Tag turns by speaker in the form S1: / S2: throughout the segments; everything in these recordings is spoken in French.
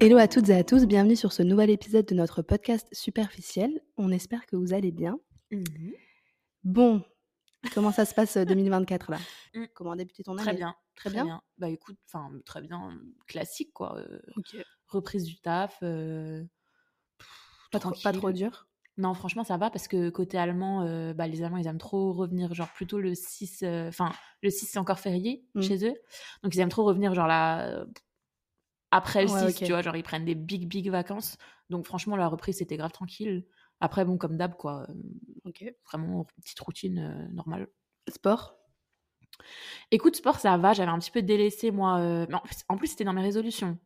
S1: Hello à toutes et à tous, bienvenue sur ce nouvel épisode de notre podcast Superficiel. On espère que vous allez bien. Bon, comment ça se passe euh, 2024 là
S2: Mm.
S1: Comment a débuté ton année
S2: Très bien.
S1: Très bien.
S2: Bah écoute, enfin très bien, euh, classique quoi. euh,
S1: Ok.
S2: reprise du taf. euh, pff,
S1: Pas trop, pas
S2: tranquille.
S1: trop dur
S2: Non, franchement, ça va parce que côté allemand, euh, bah, les Allemands, ils aiment trop revenir, genre plutôt le 6, euh, enfin, le 6, c'est encore férié
S1: Mm.
S2: chez eux. Donc, ils aiment trop revenir, genre là, euh, après le
S1: Ouais,
S2: 6,
S1: ok.
S2: tu vois, genre ils prennent des big, big vacances. Donc, franchement, la reprise, c'était grave tranquille. Après, bon, comme d'hab, quoi, euh,
S1: Ok.
S2: vraiment, petite routine euh, normale.
S1: Sport
S2: Écoute, sport, ça va. J'avais un petit peu délaissé, moi. euh, mais en plus- en plus, c'était dans mes résolutions.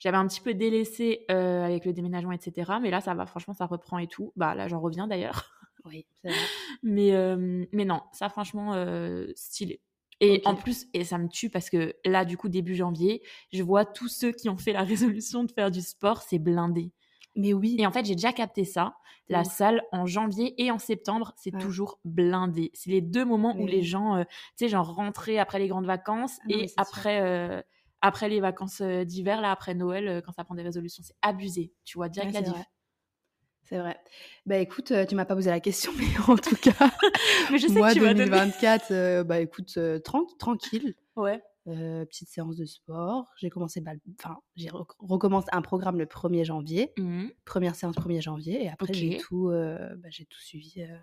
S2: J'avais un petit peu délaissé euh, avec le déménagement, etc. Mais là, ça va. Franchement, ça reprend et tout. Bah là, j'en reviens d'ailleurs.
S1: Oui, c'est vrai.
S2: Mais, euh, mais non, ça, franchement, euh, stylé. Et
S1: Ok.
S2: en plus, et ça me tue parce que là, du coup, début janvier, je vois tous ceux qui ont fait la résolution de faire du sport, c'est blindé.
S1: Mais oui,
S2: Et en fait, j'ai déjà capté ça. La
S1: ouf.
S2: salle en janvier et en septembre, c'est
S1: Ouais.
S2: toujours blindé. C'est les deux moments où
S1: Mais
S2: les
S1: oui.
S2: gens, euh, tu sais, genre rentraient après les grandes vacances
S1: Ah non, mais
S2: et
S1: c'est sûr.
S2: après, euh, après les vacances euh, d'hiver, là, après Noël, euh, quand ça prend des résolutions. C'est abusé. Tu vois, direct
S1: Ouais,
S2: la
S1: c'est
S2: diff.
S1: vrai. C'est vrai. Bah écoute, euh, tu m'as pas posé la question, mais en tout cas,
S2: Mais je sais
S1: moi
S2: que tu vas donner.
S1: 2024, euh, bah écoute, euh, tran- tranquille.
S2: Ouais.
S1: Euh, petite séance de sport. J'ai commencé, bah, le- enfin, j'ai rec- recommencé un programme le 1er janvier.
S2: Mhm.
S1: Première séance 1er janvier. Et après, j'ai
S2: Ok.
S1: tout, euh, bah, j'ai tout suivi euh,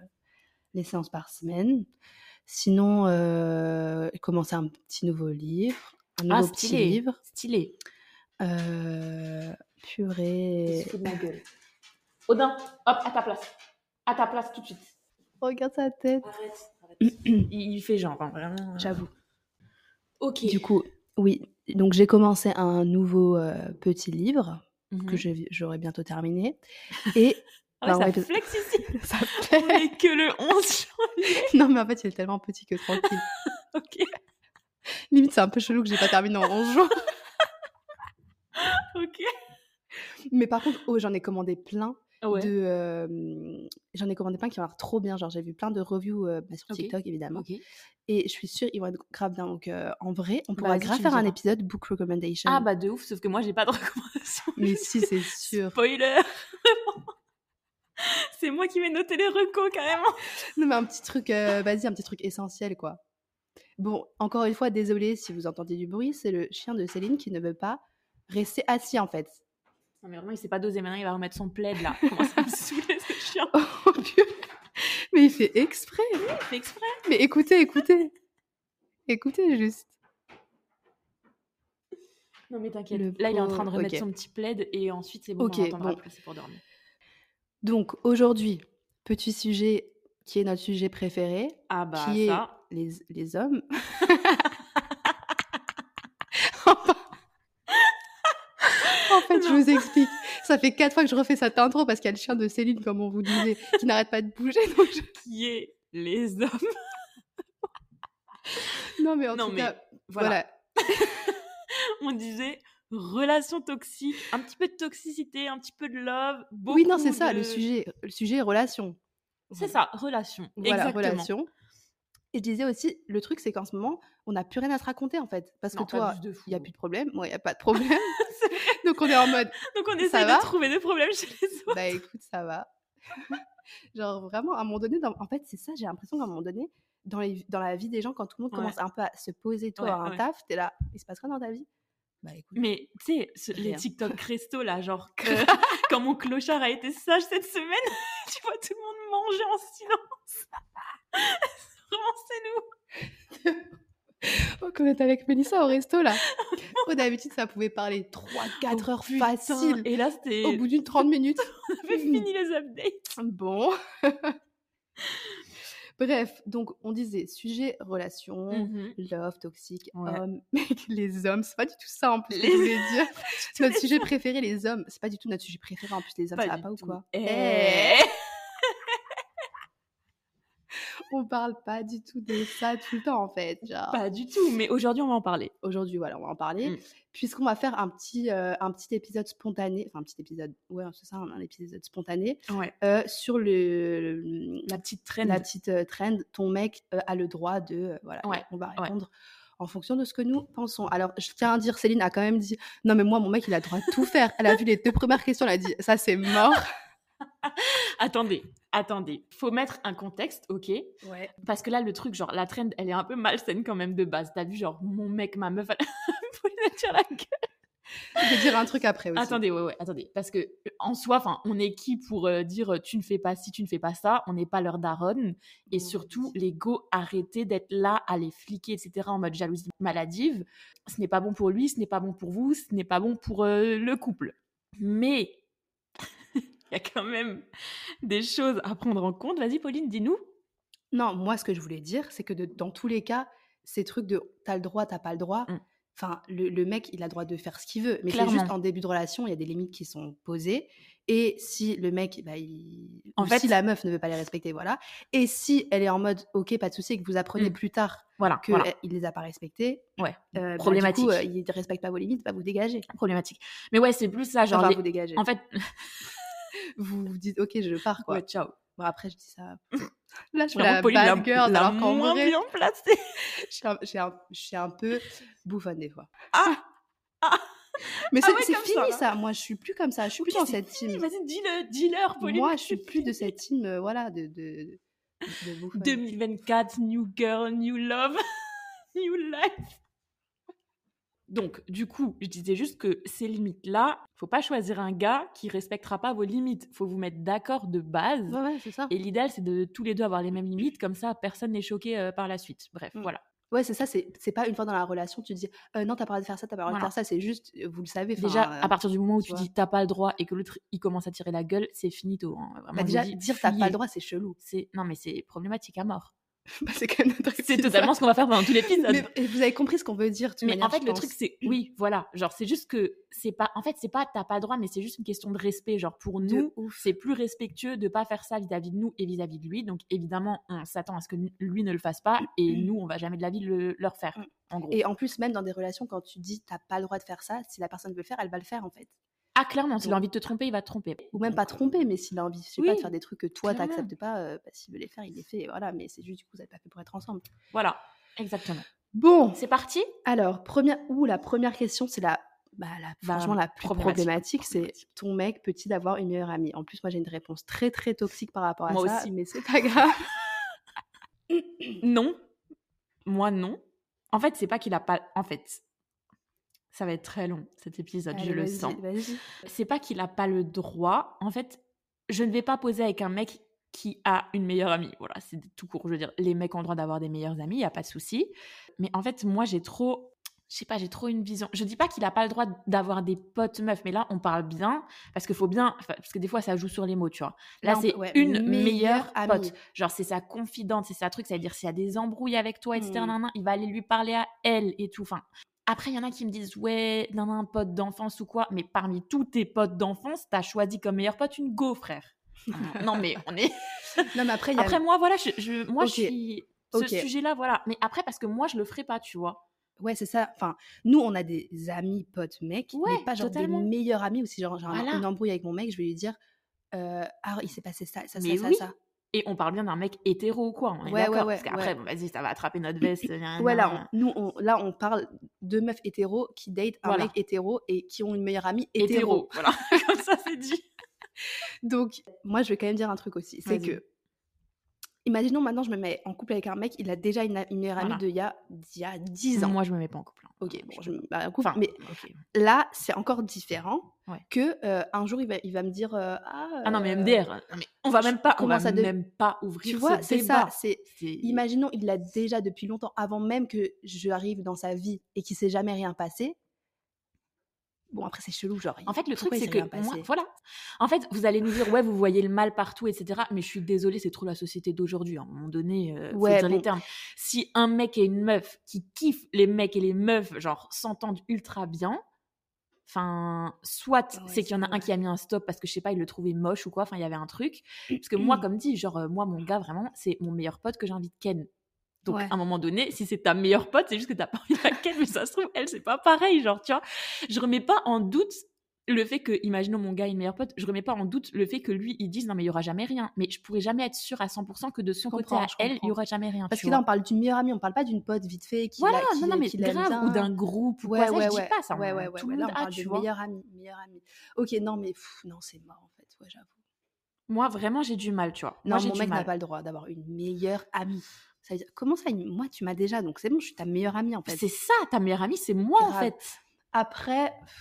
S1: les séances par semaine. Sinon, euh, commencer un petit nouveau livre, un
S2: Ah,
S1: nouveau petit
S2: stylé.
S1: livre.
S2: Stylé.
S1: Euh,
S2: Il
S1: purée.
S2: se fout de ma gueule. Odin, hop, à ta place. À ta place tout de suite.
S1: Regarde sa tête.
S2: Arrête. arrête. il, il fait genre, hein, vraiment. euh.
S1: J'avoue.
S2: Ok.
S1: Du coup, oui. Donc, j'ai commencé un nouveau euh, petit livre
S2: Mhm.
S1: que j'ai- j'aurai bientôt terminé. Et
S2: Ah ouais,
S1: Bah, on va
S2: ça
S1: épis-
S2: flex ici.
S1: ça
S2: On est que le 11 janvier.
S1: Non, mais en fait, il est tellement petit que tranquille.
S2: Ok.
S1: Limite, c'est un peu chelou que j'ai pas terminé en 11 jours.
S2: Ok.
S1: Mais par contre, oh, j'en ai commandé plein.
S2: Ouais.
S1: De, euh, j'en ai commandé plein qui ont l'air trop bien. Genre, j'ai vu plein de reviews euh, bah, sur
S2: Ok.
S1: TikTok, évidemment.
S2: Ok.
S1: Et je suis sûre, ils vont être grave bien. Donc, euh, en vrai, on pourra
S2: Vas-y,
S1: grave
S2: tu me
S1: faire un
S2: diras.
S1: épisode book recommendation.
S2: Ah bah de ouf, sauf que moi j'ai pas de recommandation.
S1: Mais si, c'est sûr.
S2: Spoiler C'est moi qui vais noter les recos carrément.
S1: Non, mais un petit truc, euh, vas-y, un petit truc essentiel, quoi. Bon, encore une fois, désolé si vous entendez du bruit, c'est le chien de Céline qui ne veut pas rester assis, en fait.
S2: Non mais vraiment il s'est pas dosé, maintenant il va remettre son plaid là. Comment ça me saouler ce chien
S1: Oh, purée. mais il fait exprès.
S2: Il fait exprès.
S1: Mais écoutez, écoutez. Écoutez juste.
S2: Non mais t'inquiète.
S1: Le
S2: Là il est en train de
S1: pauvre,
S2: remettre
S1: ok.
S2: son petit plaid et ensuite c'est bon,
S1: Ok,
S2: on l'entendra
S1: bon.
S2: plus, c'est pour dormir.
S1: Donc aujourd'hui, petit sujet qui est notre sujet préféré,
S2: Ah bah
S1: qui est
S2: ça.
S1: les, les hommes. en fait, je
S2: Non.
S1: vous explique. Ça fait quatre fois que je refais cette intro parce qu'il y a le chien de Céline, comme on vous disait, qui n'arrête pas de bouger. donc je-
S2: Qui est les hommes.
S1: Non, mais en
S2: Non,
S1: tout
S2: mais
S1: cas,
S2: Voilà.
S1: voilà.
S2: On disait relation toxique, un petit peu de toxicité, un petit peu de love.
S1: Oui, non,
S2: beaucoup
S1: c'est ça, le
S2: de-
S1: sujet. Le sujet est relation.
S2: C'est
S1: Voilà.
S2: ça, relation.
S1: Voilà,
S2: Exactement.
S1: relation. Et je disais aussi, le truc, c'est qu'en ce moment, on n'a plus rien à te raconter, en fait. Parce
S2: Non,
S1: que toi,
S2: t'abuses de fou.
S1: il n'y a plus de problème. Moi, il n'y a pas de problème. Donc, on est en mode,
S2: Donc on
S1: Ça
S2: essaie
S1: va
S2: de trouver des problèmes chez les autres.
S1: bah écoute, ça va. Genre, vraiment, à un moment donné, dans- en fait, c'est ça, j'ai l'impression qu'à un moment donné, dans, les- dans la vie des gens, quand tout le monde
S2: Ouais.
S1: commence un peu à se poser, toi,
S2: Ouais,
S1: à un
S2: ouais.
S1: taf, t'es là, il se passe quoi dans ta vie Bah écoute.
S2: Mais tu sais, ce- les
S1: Rien.
S2: TikTok Cresto là, genre que- quand mon clochard a été sage cette semaine, tu vois tout le monde manger en silence. Vraiment, c'est nous.
S1: Oh, quand on était avec Mélissa au resto, là. oh, d'habitude, ça pouvait parler 3-4
S2: Oh,
S1: heures
S2: putain.
S1: facile.
S2: Et là, c'était.
S1: Au bout d'une 30 minutes. Mmh.
S2: On avait fini les updates.
S1: Bon. Bref, donc on disait sujet, relation,
S2: Mhm.
S1: love, toxique,
S2: Ouais.
S1: homme, mec, les hommes, c'est pas du tout ça en plus que
S2: Les-
S1: je voulais dire.
S2: tout
S1: notre
S2: les
S1: sujet préféré, les hommes, c'est pas du tout notre sujet préféré en plus, les hommes, ça va
S2: du
S1: pas ou
S2: tout.
S1: quoi
S2: Eh.
S1: On parle pas du tout de ça tout le temps en fait. Genre,
S2: Pas du tout, mais aujourd'hui, on va en parler.
S1: aujourd'hui, voilà, on va en parler.
S2: Mm.
S1: Puisqu'on va faire un petit, euh, un petit épisode spontané, enfin un petit épisode, ouais, c'est ça, un, un épisode spontané,
S2: Ouais.
S1: euh, sur le, le-
S2: La petite traîne.
S1: la petite euh, trend, ton mec euh, a le droit de. euh, voilà,
S2: Ouais,
S1: on va
S2: ouais.
S1: répondre. en fonction de ce que nous pensons. Alors, je tiens à dire, Céline a quand même dit Non, mais moi, mon mec, il a le droit de tout faire. Elle a vu les deux premières questions, elle a dit Ça, c'est mort.
S2: attendez, attendez. Faut mettre un contexte, ok
S1: Ouais.
S2: Parce que là, le truc, genre, la trend, elle est un peu malsaine quand même de base. T'as vu, genre, mon mec, ma meuf, elle faut lui mettre sur la gueule.
S1: Je vais dire un truc après aussi.
S2: Attendez, ouais, ouais, attendez. Parce que, euh, en soi, enfin, on est qui pour euh, dire euh, tu ne fais pas ci, tu ne fais pas ça On n'est pas leur daronne. Et
S1: Oui.
S2: surtout, les go, arrêtez d'être là à les fliquer, etc., en mode jalousie maladive. Ce n'est pas bon pour lui, ce n'est pas bon pour vous, ce n'est pas bon pour euh, le couple. Mais, il y a quand même des choses à prendre en compte. Vas-y, Pauline, dis-nous.
S1: Non, moi, ce que je voulais dire, c'est que de- dans tous les cas, ces trucs de t'as le droit, t'as pas le droit,
S2: Mm.
S1: enfin, le, le mec, il a le droit de faire ce qu'il veut. Mais c'est
S2: Clairement.
S1: juste en début de relation, il y a des limites qui sont posées. Et si le mec, bah, il...
S2: En
S1: ou
S2: fait-
S1: si la meuf ne veut pas les respecter, voilà. Et si elle est en mode, ok, pas de souci, et que vous apprenez
S2: Mm.
S1: plus tard
S2: Voilà,
S1: qu'il
S2: voilà.
S1: ne les a pas respectés,
S2: Ouais.
S1: euh, bah,
S2: Problématique.
S1: du coup, euh, il ne respecte pas vos limites, bah, vous dégagez.
S2: problématique. Mais ouais, c'est plus ça, genre.
S1: Enfin,
S2: les-
S1: vous dégagez.
S2: En fait,
S1: Vous vous dites, ok, je pars, quoi.
S2: ouais, ciao.
S1: Bon, après, je dis ça. Là, je suis
S2: Vraiment,
S1: la
S2: Pauline,
S1: bad girl,
S2: la
S1: alors qu'en
S2: moins
S1: vrai,
S2: bien placée.
S1: je suis un- je suis un- je suis un peu bouffonne des fois.
S2: Ah,
S1: Mais
S2: Ah
S1: c'est
S2: ouais,
S1: c'est
S2: comme ça,
S1: fini
S2: là.
S1: ça, Moi, je suis plus comme ça. Je suis plus
S2: Ok,
S1: dans
S2: c'est
S1: cette
S2: fini,
S1: team.
S2: vas-y, dis-le, dis-leur, Pauline.
S1: Moi, je suis plus de cette team, euh, voilà, de de, de bouffonne.
S2: 2024, new girl, new love, new life. Donc, du coup, je disais juste que ces limites-là, faut pas choisir un gars qui respectera pas vos limites. Faut vous mettre d'accord de base.
S1: Ouais, ouais, c'est ça.
S2: Et l'idéal, c'est de tous les deux avoir les mêmes limites, comme ça, personne n'est choqué euh, par la suite. Bref,
S1: Mm.
S2: voilà.
S1: Ouais, c'est ça. C'est c'est pas une fois dans la relation, tu dis euh, non, t'as pas le droit de faire ça, t'as pas le droit
S2: Voilà.
S1: de faire ça. C'est juste, euh, vous le savez. enfin,
S2: Déjà,
S1: euh,
S2: à partir du moment où tu
S1: tu vois.
S2: dis t'as pas le droit et que l'autre il commence à tirer la gueule, c'est finito. hein.
S1: bah,
S2: Vraiment, je
S1: déjà,
S2: dis,
S1: dire t'as pas
S2: fuyez.
S1: le droit, c'est chelou.
S2: C'est non mais c'est problématique à mort.
S1: Bah, c'est quand même notre
S2: C'est
S1: épisode.
S2: totalement ce qu'on va faire pendant tout l'épisode.
S1: Mais
S2: Mais,
S1: et vous avez compris ce qu'on veut dire. de toute manière,
S2: en fait
S1: je
S2: le
S1: pense.
S2: truc c'est oui voilà genre c'est juste que c'est pas en fait c'est pas t'as pas le droit mais c'est juste une question de respect genre pour
S1: De
S2: nous
S1: ouf.
S2: c'est plus respectueux de pas faire ça vis-à-vis de nous et vis-à-vis de lui donc évidemment on s'attend à ce que lui ne le fasse pas et
S1: Mhm.
S2: nous on va jamais de la vie le, le refaire
S1: Mhm.
S2: en gros.
S1: Et en plus, même dans des relations, quand tu dis t'as pas le droit de faire ça, si la personne veut le faire, elle va le faire en fait.
S2: Ah clairement s'il a
S1: Donc-
S2: envie de te tromper il va te tromper
S1: Ou même pas tromper, mais s'il a envie, je sais pas,
S2: Oui,
S1: de faire des trucs que toi
S2: clairement.
S1: t'acceptes pas, euh, bah, s'il veut les faire, il les fait. et voilà, mais c'est juste du coup, vous n'êtes pas fait pour être ensemble.
S2: voilà exactement.
S1: Bon,
S2: C'est parti
S1: alors, première, ou la première question, c'est la, bah, la,
S2: Bah,
S1: franchement, la plus
S2: problématique.
S1: problématique, c'est ton mec peut-il avoir une meilleure amie En plus, moi, j'ai une réponse très, très toxique par rapport à
S2: Moi
S1: ça,
S2: aussi.
S1: mais c'est pas grave.
S2: Non. Moi, non. En fait, c'est pas qu'il a pas. En fait, ça va être très long cet épisode, je
S1: Allez,
S2: le
S1: vas-y,
S2: sens.
S1: Vas-y.
S2: C'est pas qu'il a pas le droit. En fait, je ne vais pas poser avec un mec qui a une meilleure amie. Voilà, c'est tout court. Je veux dire, les mecs ont le droit d'avoir des meilleures amies, il n'y a pas de souci. Mais en fait, moi, j'ai trop. Je sais pas, j'ai trop une vision. Je dis pas qu'il a pas le droit d'avoir des potes meufs, mais là, on parle bien parce qu'il faut bien. enfin, Parce que des fois, ça joue sur les mots, tu vois. Là,
S1: Là, on peut-
S2: c'est
S1: ouais,
S2: une meilleure
S1: meilleure
S2: pote.
S1: amie.
S2: Genre, c'est sa confidente, c'est sa truc. Ça veut dire s'il y a des embrouilles avec toi, etc.,
S1: Mm.
S2: nanan, il va aller lui parler à elle et tout. Enfin, après, il y en a qui me disent, ouais, d'un un pote d'enfance ou quoi. Mais parmi tous tes potes d'enfance, t'as choisi comme meilleur pote une go, frère. non, mais on est.
S1: Non, mais après, il y a.
S2: Après, moi, voilà, je, je- moi,
S1: Ok.
S2: je suis. Ce
S1: Ok.
S2: sujet-là, voilà. Mais après, parce que moi, je le ferai pas, tu vois.
S1: Ouais, c'est ça. Enfin, nous, on a des amis potes mecs,
S2: Ouais,
S1: mais pas genre
S2: totalement.
S1: des meilleurs amis. Ou si genre j'ai un-
S2: Voilà.
S1: une embrouille avec mon mec, je vais lui dire euh, Ah, il s'est passé ça, ça,
S2: Mais
S1: ça,
S2: oui.
S1: ça, ça.
S2: Et on parle bien d'un mec hétéro ou quoi. On
S1: Ouais,
S2: est
S1: ouais,
S2: d'accord.
S1: ouais,
S2: parce qu'après,
S1: ouais.
S2: bon, vas-y, ça va attraper notre veste. euh, gna,
S1: Ouais,
S2: gna,
S1: là,
S2: gna.
S1: on- nous, on, là, on parle de meufs hétéros qui datent un
S2: Voilà.
S1: mec hétéro et qui ont une meilleure amie hétéro.
S2: Hétéro. Voilà. Comme ça, c'est dit.
S1: Donc, moi, je vais quand même dire un truc aussi. C'est
S2: Vas-y.
S1: que, imaginons maintenant, je me mets en couple avec un mec, il a déjà une, une meilleure amie
S2: Voilà.
S1: de il y a, d'il y a 10 ans.
S2: Moi, je me mets pas en couple. hein.
S1: Ok, bon, je me mets pas en couple,
S2: Enfin,
S1: mais
S2: ok.
S1: là, c'est encore différent
S2: Ouais.
S1: que euh, un jour, il va, il va me dire euh, Ah,
S2: Ah non, mais
S1: euh,
S2: MDR, non, mais on va
S1: je
S2: même pas, on va
S1: commence à de-
S2: même pas ouvrir
S1: Tu vois,
S2: ce
S1: c'est ça.
S2: débat.
S1: C'est
S2: C'est-
S1: imaginons, il l'a déjà depuis longtemps, avant même que je arrive dans sa vie et qu'il s'est jamais rien passé. Bon, après, c'est chelou, genre.
S2: En
S1: il-
S2: fait, le truc,
S1: pourquoi il
S2: c'est
S1: s'est
S2: que
S1: rien passé
S2: moi, voilà. En fait, vous allez nous dire, ouais, vous voyez le mal partout, etc. Mais je suis désolée, c'est trop la société d'aujourd'hui. hein. À un moment donné, euh, faut
S1: Ouais,
S2: dire les
S1: bon.
S2: termes. Si un mec et une meuf qui kiffent les mecs et les meufs, genre, s'entendent ultra bien, enfin, soit
S1: Ah Ouais,
S2: c'est qu'il y en a
S1: c'est
S2: un qui a mis un stop parce que je sais pas, il le trouvait moche ou quoi. Enfin, il y avait un truc. Parce que moi, comme dit, genre, euh, moi, mon gars, vraiment, c'est mon meilleur pote que j'invite Ken. Donc,
S1: Ouais.
S2: à un moment donné, si c'est ta meilleure pote, c'est juste que t'as pas envie de la Ken, mais ça se trouve, elle, c'est pas pareil, genre, tu vois. Je remets pas en doute le fait que, imaginons mon gars est une meilleure pote, je remets pas en doute le fait que lui, il dise non, mais il y aura jamais rien. Mais je pourrais jamais être sûre à 100% que de son côté
S1: comprends,
S2: à
S1: je
S2: elle, il y
S1: comprends.
S2: aura jamais rien.
S1: Parce
S2: tu
S1: que là, on parle d'une meilleure amie, on parle pas d'une pote vite fait qui
S2: vois. voilà,
S1: la- qui-
S2: non, non, mais
S1: qui l'aime
S2: grave,
S1: bien.
S2: ou d'un groupe, ou
S1: Ouais,
S2: quoi, ça,
S1: ouais,
S2: je
S1: ouais.
S2: dis pas ça.
S1: Ouais,
S2: on-
S1: ouais, ouais.
S2: tout
S1: ouais.
S2: le
S1: Là,
S2: monde
S1: on
S2: a,
S1: parle
S2: tu
S1: de
S2: vois.
S1: meilleure amie, meilleure amie. Ok, non, mais pff, non, c'est mort en fait. Ouais, j'avoue.
S2: Moi, vraiment, j'ai du mal, tu vois.
S1: Non,
S2: Moi, j'ai
S1: mon
S2: du
S1: mec n'a
S2: mal.
S1: pas le droit d'avoir une meilleure amie. Ça veut dire, comment ça, une- moi, tu m'as déjà, donc c'est bon, je suis ta meilleure amie en fait.
S2: C'est ça, ta meilleure amie, c'est moi, en
S1: Grave.
S2: fait.
S1: Après, pff,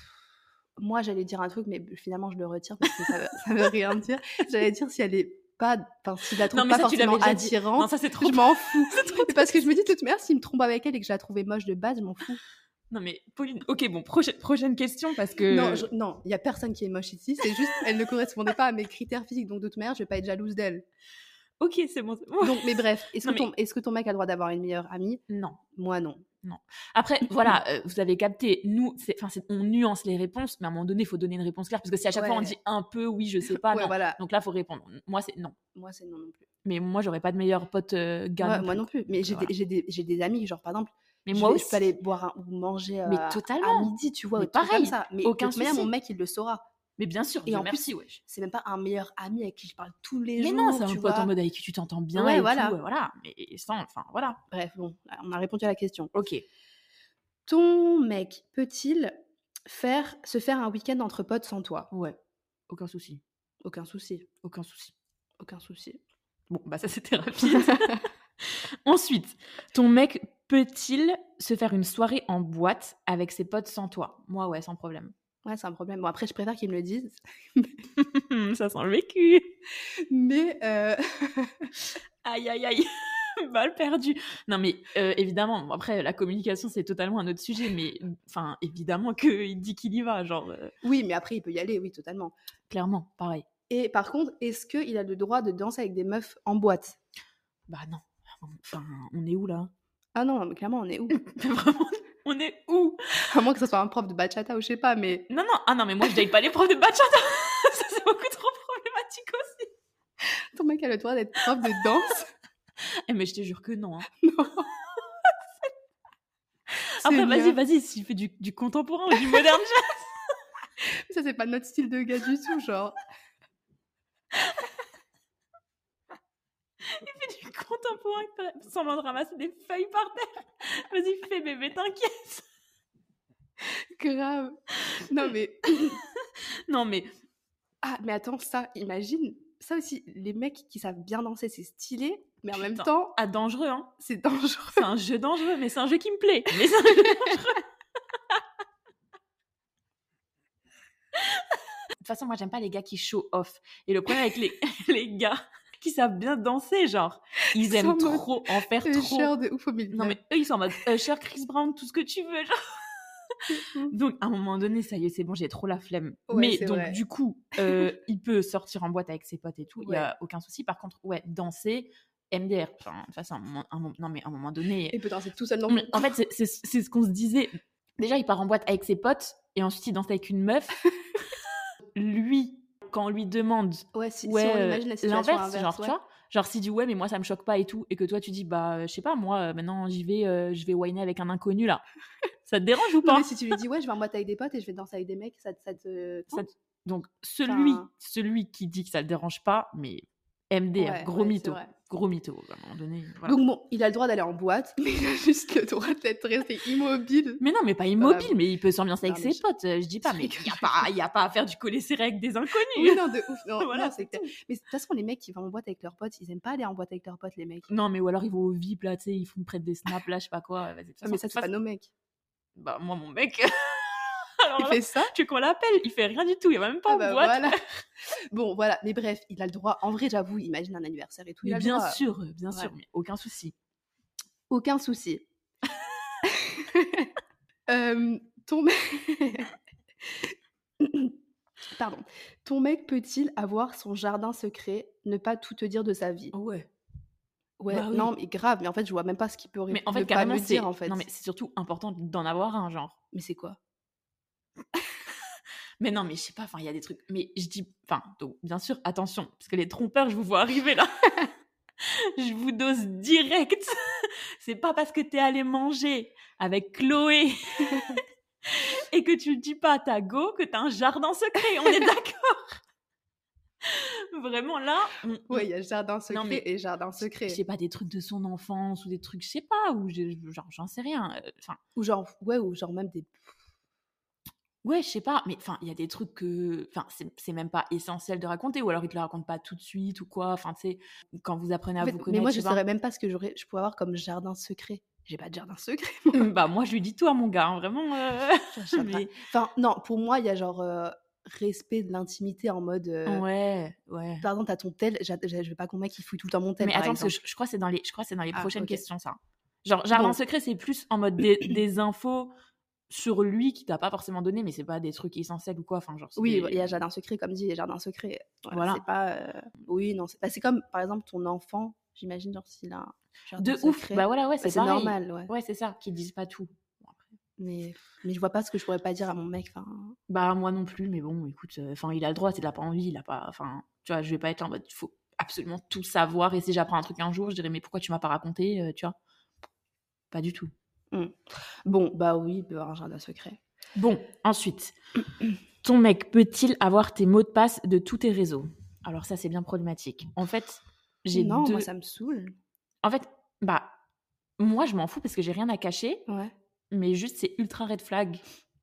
S1: moi, j'allais dire un truc, mais finalement, je le retire parce que ça veut, ça veut rien dire. J'allais dire si elle est pas, enfin, si je la trouve
S2: mais
S1: pas
S2: ça, tu l'avais
S1: forcément
S2: déjà dit. Non,
S1: attirante,
S2: ça, c'est trop.
S1: je m'en fous. Mais parce que je me dis, de toute manière, s'il me trompe avec elle et que je la trouvais moche de base, je m'en fous.
S2: Non, mais Pauline, ok, bon, prochaine, prochaine question, parce que.
S1: Non, je- non, il y a personne qui est moche ici. C'est juste, elle ne correspondait pas à mes critères physiques, donc de toute manière, je vais pas être jalouse d'elle.
S2: Ok, c'est bon. c'est bon.
S1: Donc, mais bref, est-ce que,
S2: Non,
S1: ton- est-ce que ton mec a le droit d'avoir une meilleure amie
S2: Non.
S1: Moi, non.
S2: Après, voilà, euh, vous avez capté, nous, c'est, enfin, c'est- on nuance les réponses, mais à un moment donné, il faut donner une réponse claire, parce que si à chaque fois on
S1: Ouais.
S2: dit un peu, oui, je sais pas,
S1: ouais,
S2: non.
S1: voilà.
S2: Donc là, faut répondre. Moi, c'est non.
S1: Moi, c'est non non plus.
S2: Mais moi, j'aurais pas de meilleur pote euh,
S1: moi,
S2: gars. non
S1: moi
S2: plus.
S1: non plus. Mais j'ai
S2: Voilà.
S1: des, j'ai des- j'ai des amis, genre par exemple,
S2: Mais
S1: je
S2: moi
S1: vais-
S2: aussi.
S1: je peux aller boire un- ou manger euh,
S2: Mais
S1: à
S2: totalement.
S1: midi, tu vois, ou
S2: Mais
S1: des trucs
S2: pareil,
S1: comme ça. Mais
S2: aucun
S1: de toute manière,
S2: souci.
S1: mon mec, il le saura.
S2: Mais bien sûr.
S1: Et
S2: Dieu
S1: en
S2: merci, wesh.
S1: C'est même pas un meilleur ami avec qui je parle tous les
S2: Mais
S1: jours.
S2: non, c'est
S1: tu
S2: un pote
S1: vois.
S2: en mode avec qui tu t'entends bien
S1: Ouais,
S2: et
S1: voilà.
S2: tout. euh, voilà. Mais sans, enfin, voilà.
S1: Bref, bon, on a répondu à la question.
S2: Ok.
S1: Ton mec peut-il faire se faire un week-end entre potes sans toi
S2: Ouais. Aucun souci.
S1: Aucun souci.
S2: Aucun souci.
S1: Aucun souci.
S2: Bon, bah ça c'était rapide. Ensuite, ton mec peut-il se faire une soirée en boîte avec ses potes sans toi Moi, ouais, sans problème.
S1: Ouais, c'est un problème. Bon, après, je préfère qu'ils me le disent.
S2: ça sent le vécu.
S1: Mais euh,
S2: Aïe, aïe, aïe. Balle perdue. Non, mais euh, évidemment, bon, après, la communication, c'est totalement un autre sujet, mais enfin, évidemment qu'il dit qu'il y va, genre, euh,
S1: oui, mais après, il peut y aller, oui, totalement.
S2: clairement, pareil.
S1: Et par contre, est-ce qu'il a le droit de danser avec des meufs en boîte
S2: Bah non. Enfin, on est où là
S1: Ah non, mais clairement, on est où
S2: Vraiment, on est où
S1: À moins que ce soit un prof de bachata ou je sais pas, mais
S2: Non, non, ah non, mais moi, je date pas les profs de bachata. ça, c'est beaucoup trop problématique aussi.
S1: ton mec a le droit d'être prof de danse.
S2: Eh, mais je te jure que non. hein.
S1: Non.
S2: Après,
S1: C'est
S2: vas-y,
S1: bien.
S2: vas-y, s'il fait du, du contemporain ou du moderne, je-
S1: Ça, c'est pas notre style de gars du tout, genre.
S2: il fait du contemporain, il fait semblant de ramasser des feuilles par terre. Vas-y, fais bébé, t'inquiète.
S1: Grave. Non, mais.
S2: Non, mais
S1: Ah, mais attends, ça, imagine. Ça aussi, les mecs qui savent bien danser, c'est stylé, mais en même
S2: Putain.
S1: temps,
S2: ah, dangereux, hein.
S1: c'est dangereux.
S2: C'est un jeu dangereux, mais c'est un jeu qui me plaît. Mais c'est un jeu dangereux. De toute façon, moi, j'aime pas les gars qui show off. Et le problème avec les, les gars qui savent bien danser, genre, ils
S1: Ils sont en
S2: aiment
S1: mode
S2: trop en faire
S1: Le
S2: trop.
S1: chœur de ouf au milieu.
S2: Non, mais eux, ils sont en mode Usher, Chris Brown, tout ce que tu veux. Genre. Donc, à un moment donné, ça y est, c'est bon, j'ai trop la flemme.
S1: Ouais,
S2: mais
S1: c'est
S2: donc,
S1: vrai.
S2: du coup, euh, il peut sortir en boîte avec ses potes et tout, il y a aucun souci. Par contre, ouais, danser, MDR. Enfin, de toute façon, à un moment, un moment- non, mais à un moment donné.
S1: Et peut danser tout seul non
S2: Mais en fait, c'est- c'est c'est ce qu'on se disait. Déjà, il part en boîte avec ses potes et ensuite, il danse avec une meuf. lui, quand on lui demande
S1: Ouais, si, si
S2: ouais,
S1: on
S2: euh,
S1: imagine la situation
S2: l'inverse,
S1: inverse.
S2: genre, tu
S1: ouais.
S2: vois, genre, si dit ouais, mais moi ça me choque pas et tout, et que toi tu dis bah, euh, je sais pas, moi euh, maintenant j'y vais, euh, je vais whiner avec un inconnu là, ça te dérange ou
S1: Non,
S2: pas
S1: mais si tu lui dis, ouais, je vais en boîte avec des potes et je vais danser avec des mecs, ça, te- ça te.
S2: Ça te- Donc, celui,
S1: Enfin-
S2: celui qui dit que ça le dérange pas, mais MDR,
S1: Ouais,
S2: gros
S1: ouais, c'est
S2: mytho,
S1: vrai.
S2: gros mytho, à un moment donné. voilà.
S1: Donc bon, il a le droit d'aller en boîte, mais il a juste le droit d'être resté immobile.
S2: mais non, mais pas immobile,
S1: Voilà.
S2: mais il peut s'ambiancer
S1: Non,
S2: avec
S1: mais
S2: ses
S1: je-
S2: potes, euh, je dis pas,
S1: je
S2: mais il
S1: rigole,
S2: n'y a,
S1: je
S2: pas- y a pas à faire du coller-serré avec des inconnus.
S1: Oui, non, de ouf. Non,
S2: Voilà,
S1: non,
S2: c'est
S1: c'est clair. Mais de toute façon, les mecs qui vont en boîte avec leurs potes, ils aiment pas aller en boîte avec leurs potes, les mecs.
S2: Non, mais ou alors ils vont au VIP là, tu sais, ils font près des snaps là, je sais pas quoi. vas-y, de toute
S1: Ah, mais
S2: façon,
S1: ça, c'est pas nos mecs.
S2: Bah, moi, mon mec. alors
S1: Il
S2: là,
S1: fait ça
S2: tu veux qu'on l'appelle Il fait rien du tout, il va même pas
S1: Ah
S2: en
S1: bah
S2: boîte.
S1: voilà. Bon, voilà. Mais bref, il a le droit. En vrai, j'avoue, imagine un anniversaire et tout. Il
S2: Mais
S1: a le
S2: bien
S1: droit.
S2: sûr, euh, bien
S1: Ouais.
S2: sûr, mais aucun souci.
S1: Aucun souci. Euh, ton mec. Pardon. Ton mec peut-il avoir son jardin secret, ne pas tout te dire de sa vie
S2: Ouais.
S1: Ouais,
S2: Bah oui.
S1: non, mais grave, mais en fait, je vois même pas ce qu'il peut ré-
S2: Mais en
S1: ne
S2: fait,
S1: pas
S2: carrément,
S1: me
S2: c'est.
S1: dire, en fait.
S2: Non, mais c'est surtout important d'en avoir un, genre.
S1: Mais c'est quoi
S2: Mais non, mais je sais pas, enfin, il y a des trucs. Mais je dis. Enfin, donc, bien sûr, attention, parce que les trompeurs, je vous vois arriver là. je vous dose direct. c'est pas parce que t'es allé manger avec Chloé et que tu le dis pas à ta go que t'as un jardin secret. On est d'accord. Vraiment là. on-
S1: Ouais, il y a jardin secret
S2: Non, mais-
S1: et jardin secret.
S2: Je sais pas, des trucs de son enfance ou des trucs, je sais pas, ou je- genre, j'en sais rien. euh, Enfin,
S1: Ou genre, ouais, ou genre même des.
S2: ouais, je sais pas, mais enfin, il y a des trucs que, enfin, c'est c'est même pas essentiel de raconter, ou alors il te le raconte pas tout de suite ou quoi. Enfin, tu sais, quand vous apprenez à
S1: mais,
S2: vous
S1: mais
S2: connaître.
S1: moi,
S2: tu
S1: je
S2: vois.
S1: saurais même pas ce que j'aurais, je pourrais avoir comme jardin secret. J'ai pas de jardin secret.
S2: bah, moi, je lui dis toi, mon gars, hein, vraiment. euh,
S1: je sais pas.
S2: mais-
S1: Enfin, non, pour moi, il y a genre euh, respect de l'intimité en mode. euh,
S2: Ouais, ouais.
S1: Pardon, t'as ton tel, j'a- j'a- je veux pas qu'on mec qui fouille tout le temps mon tel.
S2: Mais
S1: par
S2: attends, parce que
S1: exemple.
S2: je, je crois que c'est dans les, je crois que c'est dans les
S1: Ah,
S2: prochaines
S1: ok.
S2: questions, ça. Genre, jardin
S1: Bon.
S2: secret, c'est plus en mode des, des infos sur lui qui t'a pas forcément donné, mais c'est pas des trucs essentiels ou quoi. Enfin, genre, c'est
S1: Oui,
S2: des-
S1: il y a jardin secret, comme dit, il y a jardin secret. Voilà.
S2: Voilà.
S1: C'est pas. euh, Oui, non, c'est bah, c'est comme, par exemple, ton enfant, j'imagine, genre, s'il a un jardin
S2: De ouf.
S1: secret,
S2: Bah voilà, ouais,
S1: bah,
S2: c'est
S1: c'est
S2: pareil.
S1: normal, ouais.
S2: Ouais, c'est ça, qu'ils disent pas tout. Bon, après.
S1: Mais, mais je vois pas ce que je pourrais pas dire à mon mec. Enfin,
S2: Bah moi non plus, mais bon, écoute, euh, enfin il a le droit, s'il a pas envie, il a pas, enfin, tu vois, je vais pas être là en mode, faut absolument tout savoir, et si j'apprends un truc un jour, je dirais, mais pourquoi tu m'as pas raconté, euh, tu vois Pas du tout.
S1: Bon, bah oui, bah, un jardin secret.
S2: Bon, ensuite, ton mec peut-il avoir tes mots de passe de tous tes réseaux Alors ça, c'est bien problématique. En fait, j'ai
S1: Non,
S2: deux...
S1: moi, ça me saoule.
S2: En fait, bah, moi, je m'en fous parce que j'ai rien à cacher,
S1: Ouais.
S2: mais juste, c'est ultra red flag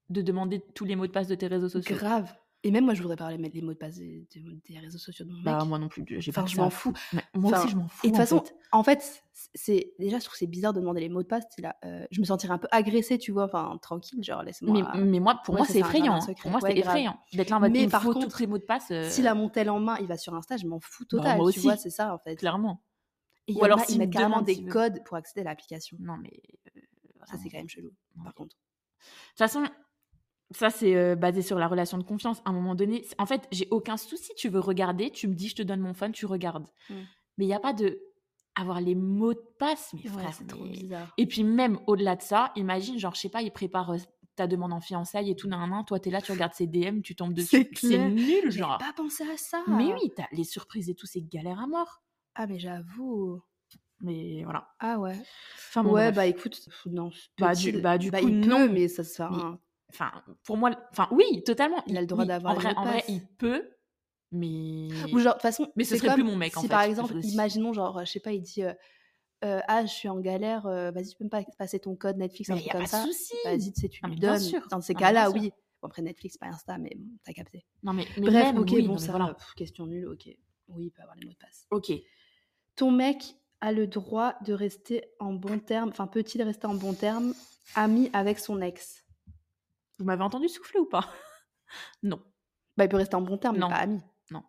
S2: de demander tous les mots de passe de tes réseaux sociaux.
S1: Grave. Et même moi, je voudrais pas mettre les mots de passe des, des- des réseaux sociaux de mon mec.
S2: Bah, moi non plus, j'ai pas
S1: Enfin,
S2: que
S1: je
S2: ça à
S1: m'en fous.
S2: Mais moi
S1: Enfin,
S2: aussi, je m'en fous.
S1: Et de toute
S2: en
S1: façon,
S2: fait.
S1: en fait, c'est déjà, je trouve que c'est bizarre de demander les mots de passe. t'es là, euh, je me sentirais un peu agressée, tu vois. Enfin, tranquille, genre,
S2: Mais,
S1: laisse-moi.
S2: mais moi, pour
S1: Ouais,
S2: moi,
S1: ça,
S2: c'est
S1: c'est un jardin
S2: effrayant. hein.
S1: secret.
S2: Pour moi,
S1: Ouais,
S2: c'est
S1: grave.
S2: effrayant d'être là en mode,
S1: Mais
S2: il me
S1: par
S2: faut
S1: contre,
S2: tous les mots de passe. euh, Bah,
S1: S'il a mon tel en main, il va sur Insta, je m'en fous total.
S2: moi
S1: Tu
S2: aussi.
S1: vois, c'est ça, en fait.
S2: clairement.
S1: Et il y
S2: Ou
S1: en
S2: alors
S1: a,
S2: s'il
S1: ils mettent
S2: me
S1: carrément
S2: demande
S1: des
S2: s'il veut.
S1: codes pour accéder à l'application.
S2: Non, mais. euh,
S1: Ça, c'est
S2: vraiment.
S1: quand même chelou, par contre.
S2: De toute façon, ça, c'est euh, basé sur la relation de confiance. À un moment donné, c'est- en fait, j'ai aucun souci. Tu veux regarder, tu me dis, je te donne mon phone, tu regardes.
S1: Mm.
S2: Mais il n'y a pas de. Avoir les mots de passe, mais
S1: Ouais,
S2: frère,
S1: c'est trop
S2: mais-
S1: bizarre.
S2: Et puis même au-delà de ça, imagine, genre, je sais pas, il prépare euh, ta demande en fiançailles et tout, nan, nan, toi, t'es là, tu regardes ses DM, tu tombes dessus.
S1: C'est clair.
S2: nul,
S1: J'avais
S2: genre.
S1: pas pensé à ça.
S2: Mais oui, t'as les surprises et tout, c'est galère à mort.
S1: Ah, mais j'avoue.
S2: Mais voilà.
S1: Ah ouais.
S2: Enfin, bon,
S1: Ouais,
S2: bref.
S1: bah écoute, pff, non.
S2: Bah,
S1: peut-il-
S2: du- bah, du coup,
S1: il
S2: non.
S1: peut, mais ça se fait.
S2: Mais-
S1: hein.
S2: Enfin, pour moi, enfin, oui, totalement.
S1: Il a le droit
S2: il-
S1: d'avoir
S2: En,
S1: les
S2: vrai,
S1: mots de
S2: en vrai,
S1: passe.
S2: il peut, mais.
S1: Ou genre, de toute façon,
S2: Mais ce
S1: c'est
S2: serait plus
S1: comme
S2: mon mec, en
S1: si
S2: fait,
S1: par
S2: je
S1: exemple,
S2: le dis.
S1: imaginons, genre, je sais pas, il dit euh, euh, Ah, je suis en galère, euh, vas-y, tu peux me pas- passer ton code Netflix, un
S2: Mais il
S1: truc
S2: a pas
S1: comme
S2: de
S1: ça.
S2: souci.
S1: Vas-y, tu sais, tu
S2: Non,
S1: lui
S2: mais bien
S1: donnes.
S2: sûr.
S1: Dans ces
S2: Non, mais bien
S1: cas-là,
S2: sûr.
S1: oui. Bon, après, Netflix, pas Insta, mais bon, t'as capté.
S2: Non, mais, mais
S1: Bref,
S2: même,
S1: ok,
S2: oui, non,
S1: bon,
S2: mais
S1: ça
S2: voilà.
S1: va, pff, question nulle, ok. Oui, il peut avoir les mots de passe.
S2: Ok.
S1: Ton mec a le droit de rester en bon terme, enfin, peut-il rester en bon terme, ami avec son ex
S2: Vous m'avez entendu souffler ou pas Non.
S1: Bah, il peut rester en bon terme,
S2: Non.
S1: mais pas ami.
S2: Non.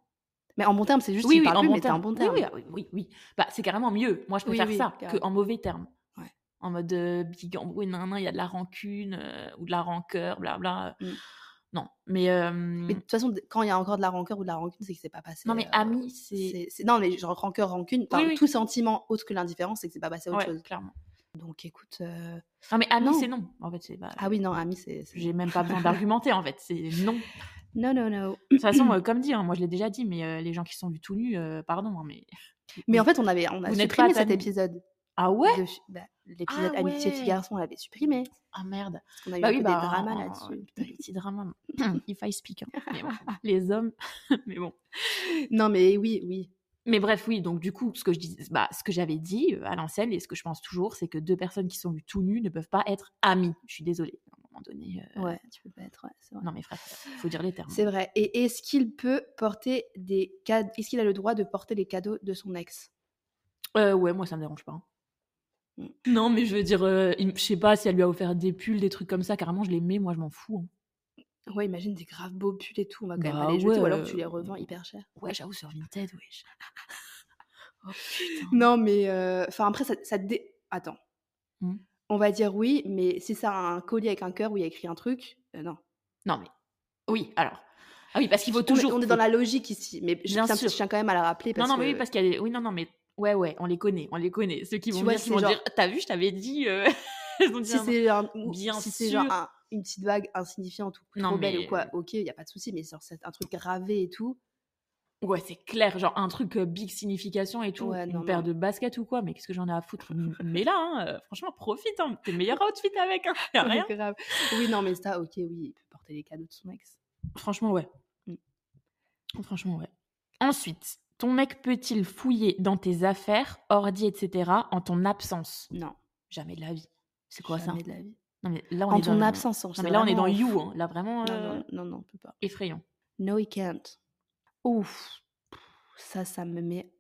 S1: Mais en bon terme, c'est juste
S2: oui,
S1: qu'il
S2: oui,
S1: parle
S2: en
S1: plus,
S2: bon
S1: mais t'es en
S2: terme.
S1: bon terme.
S2: Oui, oui, oui, oui, oui. Bah, c'est carrément mieux. Moi, je
S1: Oui,
S2: préfère
S1: oui,
S2: ça
S1: carrément.
S2: qu'en mauvais terme.
S1: Ouais.
S2: En mode euh, big embrouille, nan, nan, il y a de la rancune euh, ou de la rancœur, blabla.
S1: Mm.
S2: Non, mais. euh,
S1: Mais de toute façon, d- quand il y a encore de la rancœur ou de la rancune, c'est que c'est pas passé.
S2: non, mais
S1: euh,
S2: ami, c'est.
S1: c'est- c'est- Non, mais genre rancœur, rancune, enfin,
S2: Oui, oui.
S1: tout sentiment autre que l'indifférence, c'est que c'est pas passé à autre
S2: Ouais,
S1: chose.
S2: clairement.
S1: Donc écoute. euh,
S2: Non, mais ami,
S1: Non.
S2: c'est non. En fait, c'est. bah,
S1: Ah oui, non, ami, c'est. c'est-
S2: J'ai même pas besoin d'argumenter en fait, c'est non. De
S1: Non, non, non.
S2: toute façon, euh, comme dit, hein, moi je l'ai déjà dit, mais euh, les gens qui sont vus tout nus, euh, pardon, hein, mais.
S1: Mais en fait, on, avait, on a
S2: Vous n'êtes
S1: supprimé
S2: pas
S1: cet
S2: amis.
S1: épisode.
S2: Ah ouais
S1: de- bah, L'épisode
S2: Ah
S1: Amitié
S2: ouais.
S1: fille-garçon, on l'avait supprimé.
S2: Ah merde.
S1: Parce qu'on a eu
S2: Bah
S1: un
S2: oui,
S1: peu
S2: bah.
S1: des dramas
S2: on-
S1: là-dessus.
S2: Putain, les petits dramas. If I speak. hein. Mais bon, les hommes. mais bon.
S1: Non, mais oui, oui.
S2: Mais bref, oui, donc du coup, ce que je dis, bah, ce que j'avais dit euh, à l'ancienne et ce que je pense toujours, c'est que deux personnes qui sont vues tout nues ne peuvent pas être amies. Je suis désolée. À un moment donné. euh,
S1: Ouais, tu peux pas être. ouais, c'est vrai.
S2: Non, mais frère, faut dire les termes.
S1: C'est vrai. Et est-ce qu'il peut porter des cadeaux Est-ce qu'il a le droit de porter les cadeaux de son ex
S2: Euh, ouais, moi ça me dérange pas. hein.
S1: Mm.
S2: Non, mais je veux dire, euh, il- je sais pas si elle lui a offert des pulls, des trucs comme ça, carrément je les mets, moi je m'en fous. hein.
S1: Ouais, imagine des graves beaux pulls et tout. On va quand même
S2: Bah
S1: pas les jeter,
S2: ouais,
S1: ou alors
S2: euh,
S1: tu les revends hyper cher.
S2: Ouais, j'avoue, sur Vinted, wesh. oh putain.
S1: Non, mais euh, enfin après ça, ça dé- attends.
S2: Hmm.
S1: On va dire oui, mais si ça a un collier avec un cœur où il y a écrit un truc, euh, non.
S2: Non, mais. Oui, alors. Ah oui, parce qu'il faut
S1: On est-
S2: toujours.
S1: On, est dans la logique ici, mais je,
S2: Bien
S1: tiens-
S2: sûr.
S1: je tiens quand même à la rappeler
S2: Non,
S1: parce
S2: non,
S1: que
S2: mais oui, parce qu'il y a des. Oui, non, non, mais. Ouais, ouais, on les connaît, on les connaît. Ceux qui
S1: Tu
S2: vont
S1: vois,
S2: venir, qui
S1: c'est
S2: vont
S1: genre-
S2: dire «Ah, T'as vu, je t'avais dit. euh, Elles ont dit
S1: si
S2: un-
S1: c'est un- ou
S2: Bien
S1: si c'est genre
S2: sûr.
S1: un- une petite vague insignifiante ou
S2: Non,
S1: trop belle
S2: mais-
S1: ou quoi, ok, il y a pas de souci, mais genre c'est un truc gravé et tout.
S2: Ouais, c'est clair, genre un truc euh, big signification et tout,
S1: Ouais,
S2: une
S1: non,
S2: paire
S1: non.
S2: de baskets ou quoi, mais qu'est-ce que j'en ai à foutre M- Mais là, hein, euh, franchement, profite, hein, tes meilleurs outfits avec, hein, y a rien.
S1: Grave. Oui, non, mais ça, ok, oui, il peut porter les cadeaux de son ex.
S2: Franchement, ouais.
S1: Mm.
S2: Franchement, ouais. Ensuite, ton mec peut-il fouiller dans tes affaires, ordi, etc., en ton absence
S1: Non.
S2: Jamais de la vie. C'est quoi
S1: jamais
S2: ça
S1: de la vie.
S2: Non, mais là, on
S1: En
S2: est dans-
S1: ton absence,
S2: Non, mais là, on est dans
S1: vraiment-
S2: You, hein. là, vraiment
S1: Non,
S2: euh,
S1: non, non, non, on peut pas.
S2: effrayant.
S1: No, he can't. Ouf. Ça, ça me met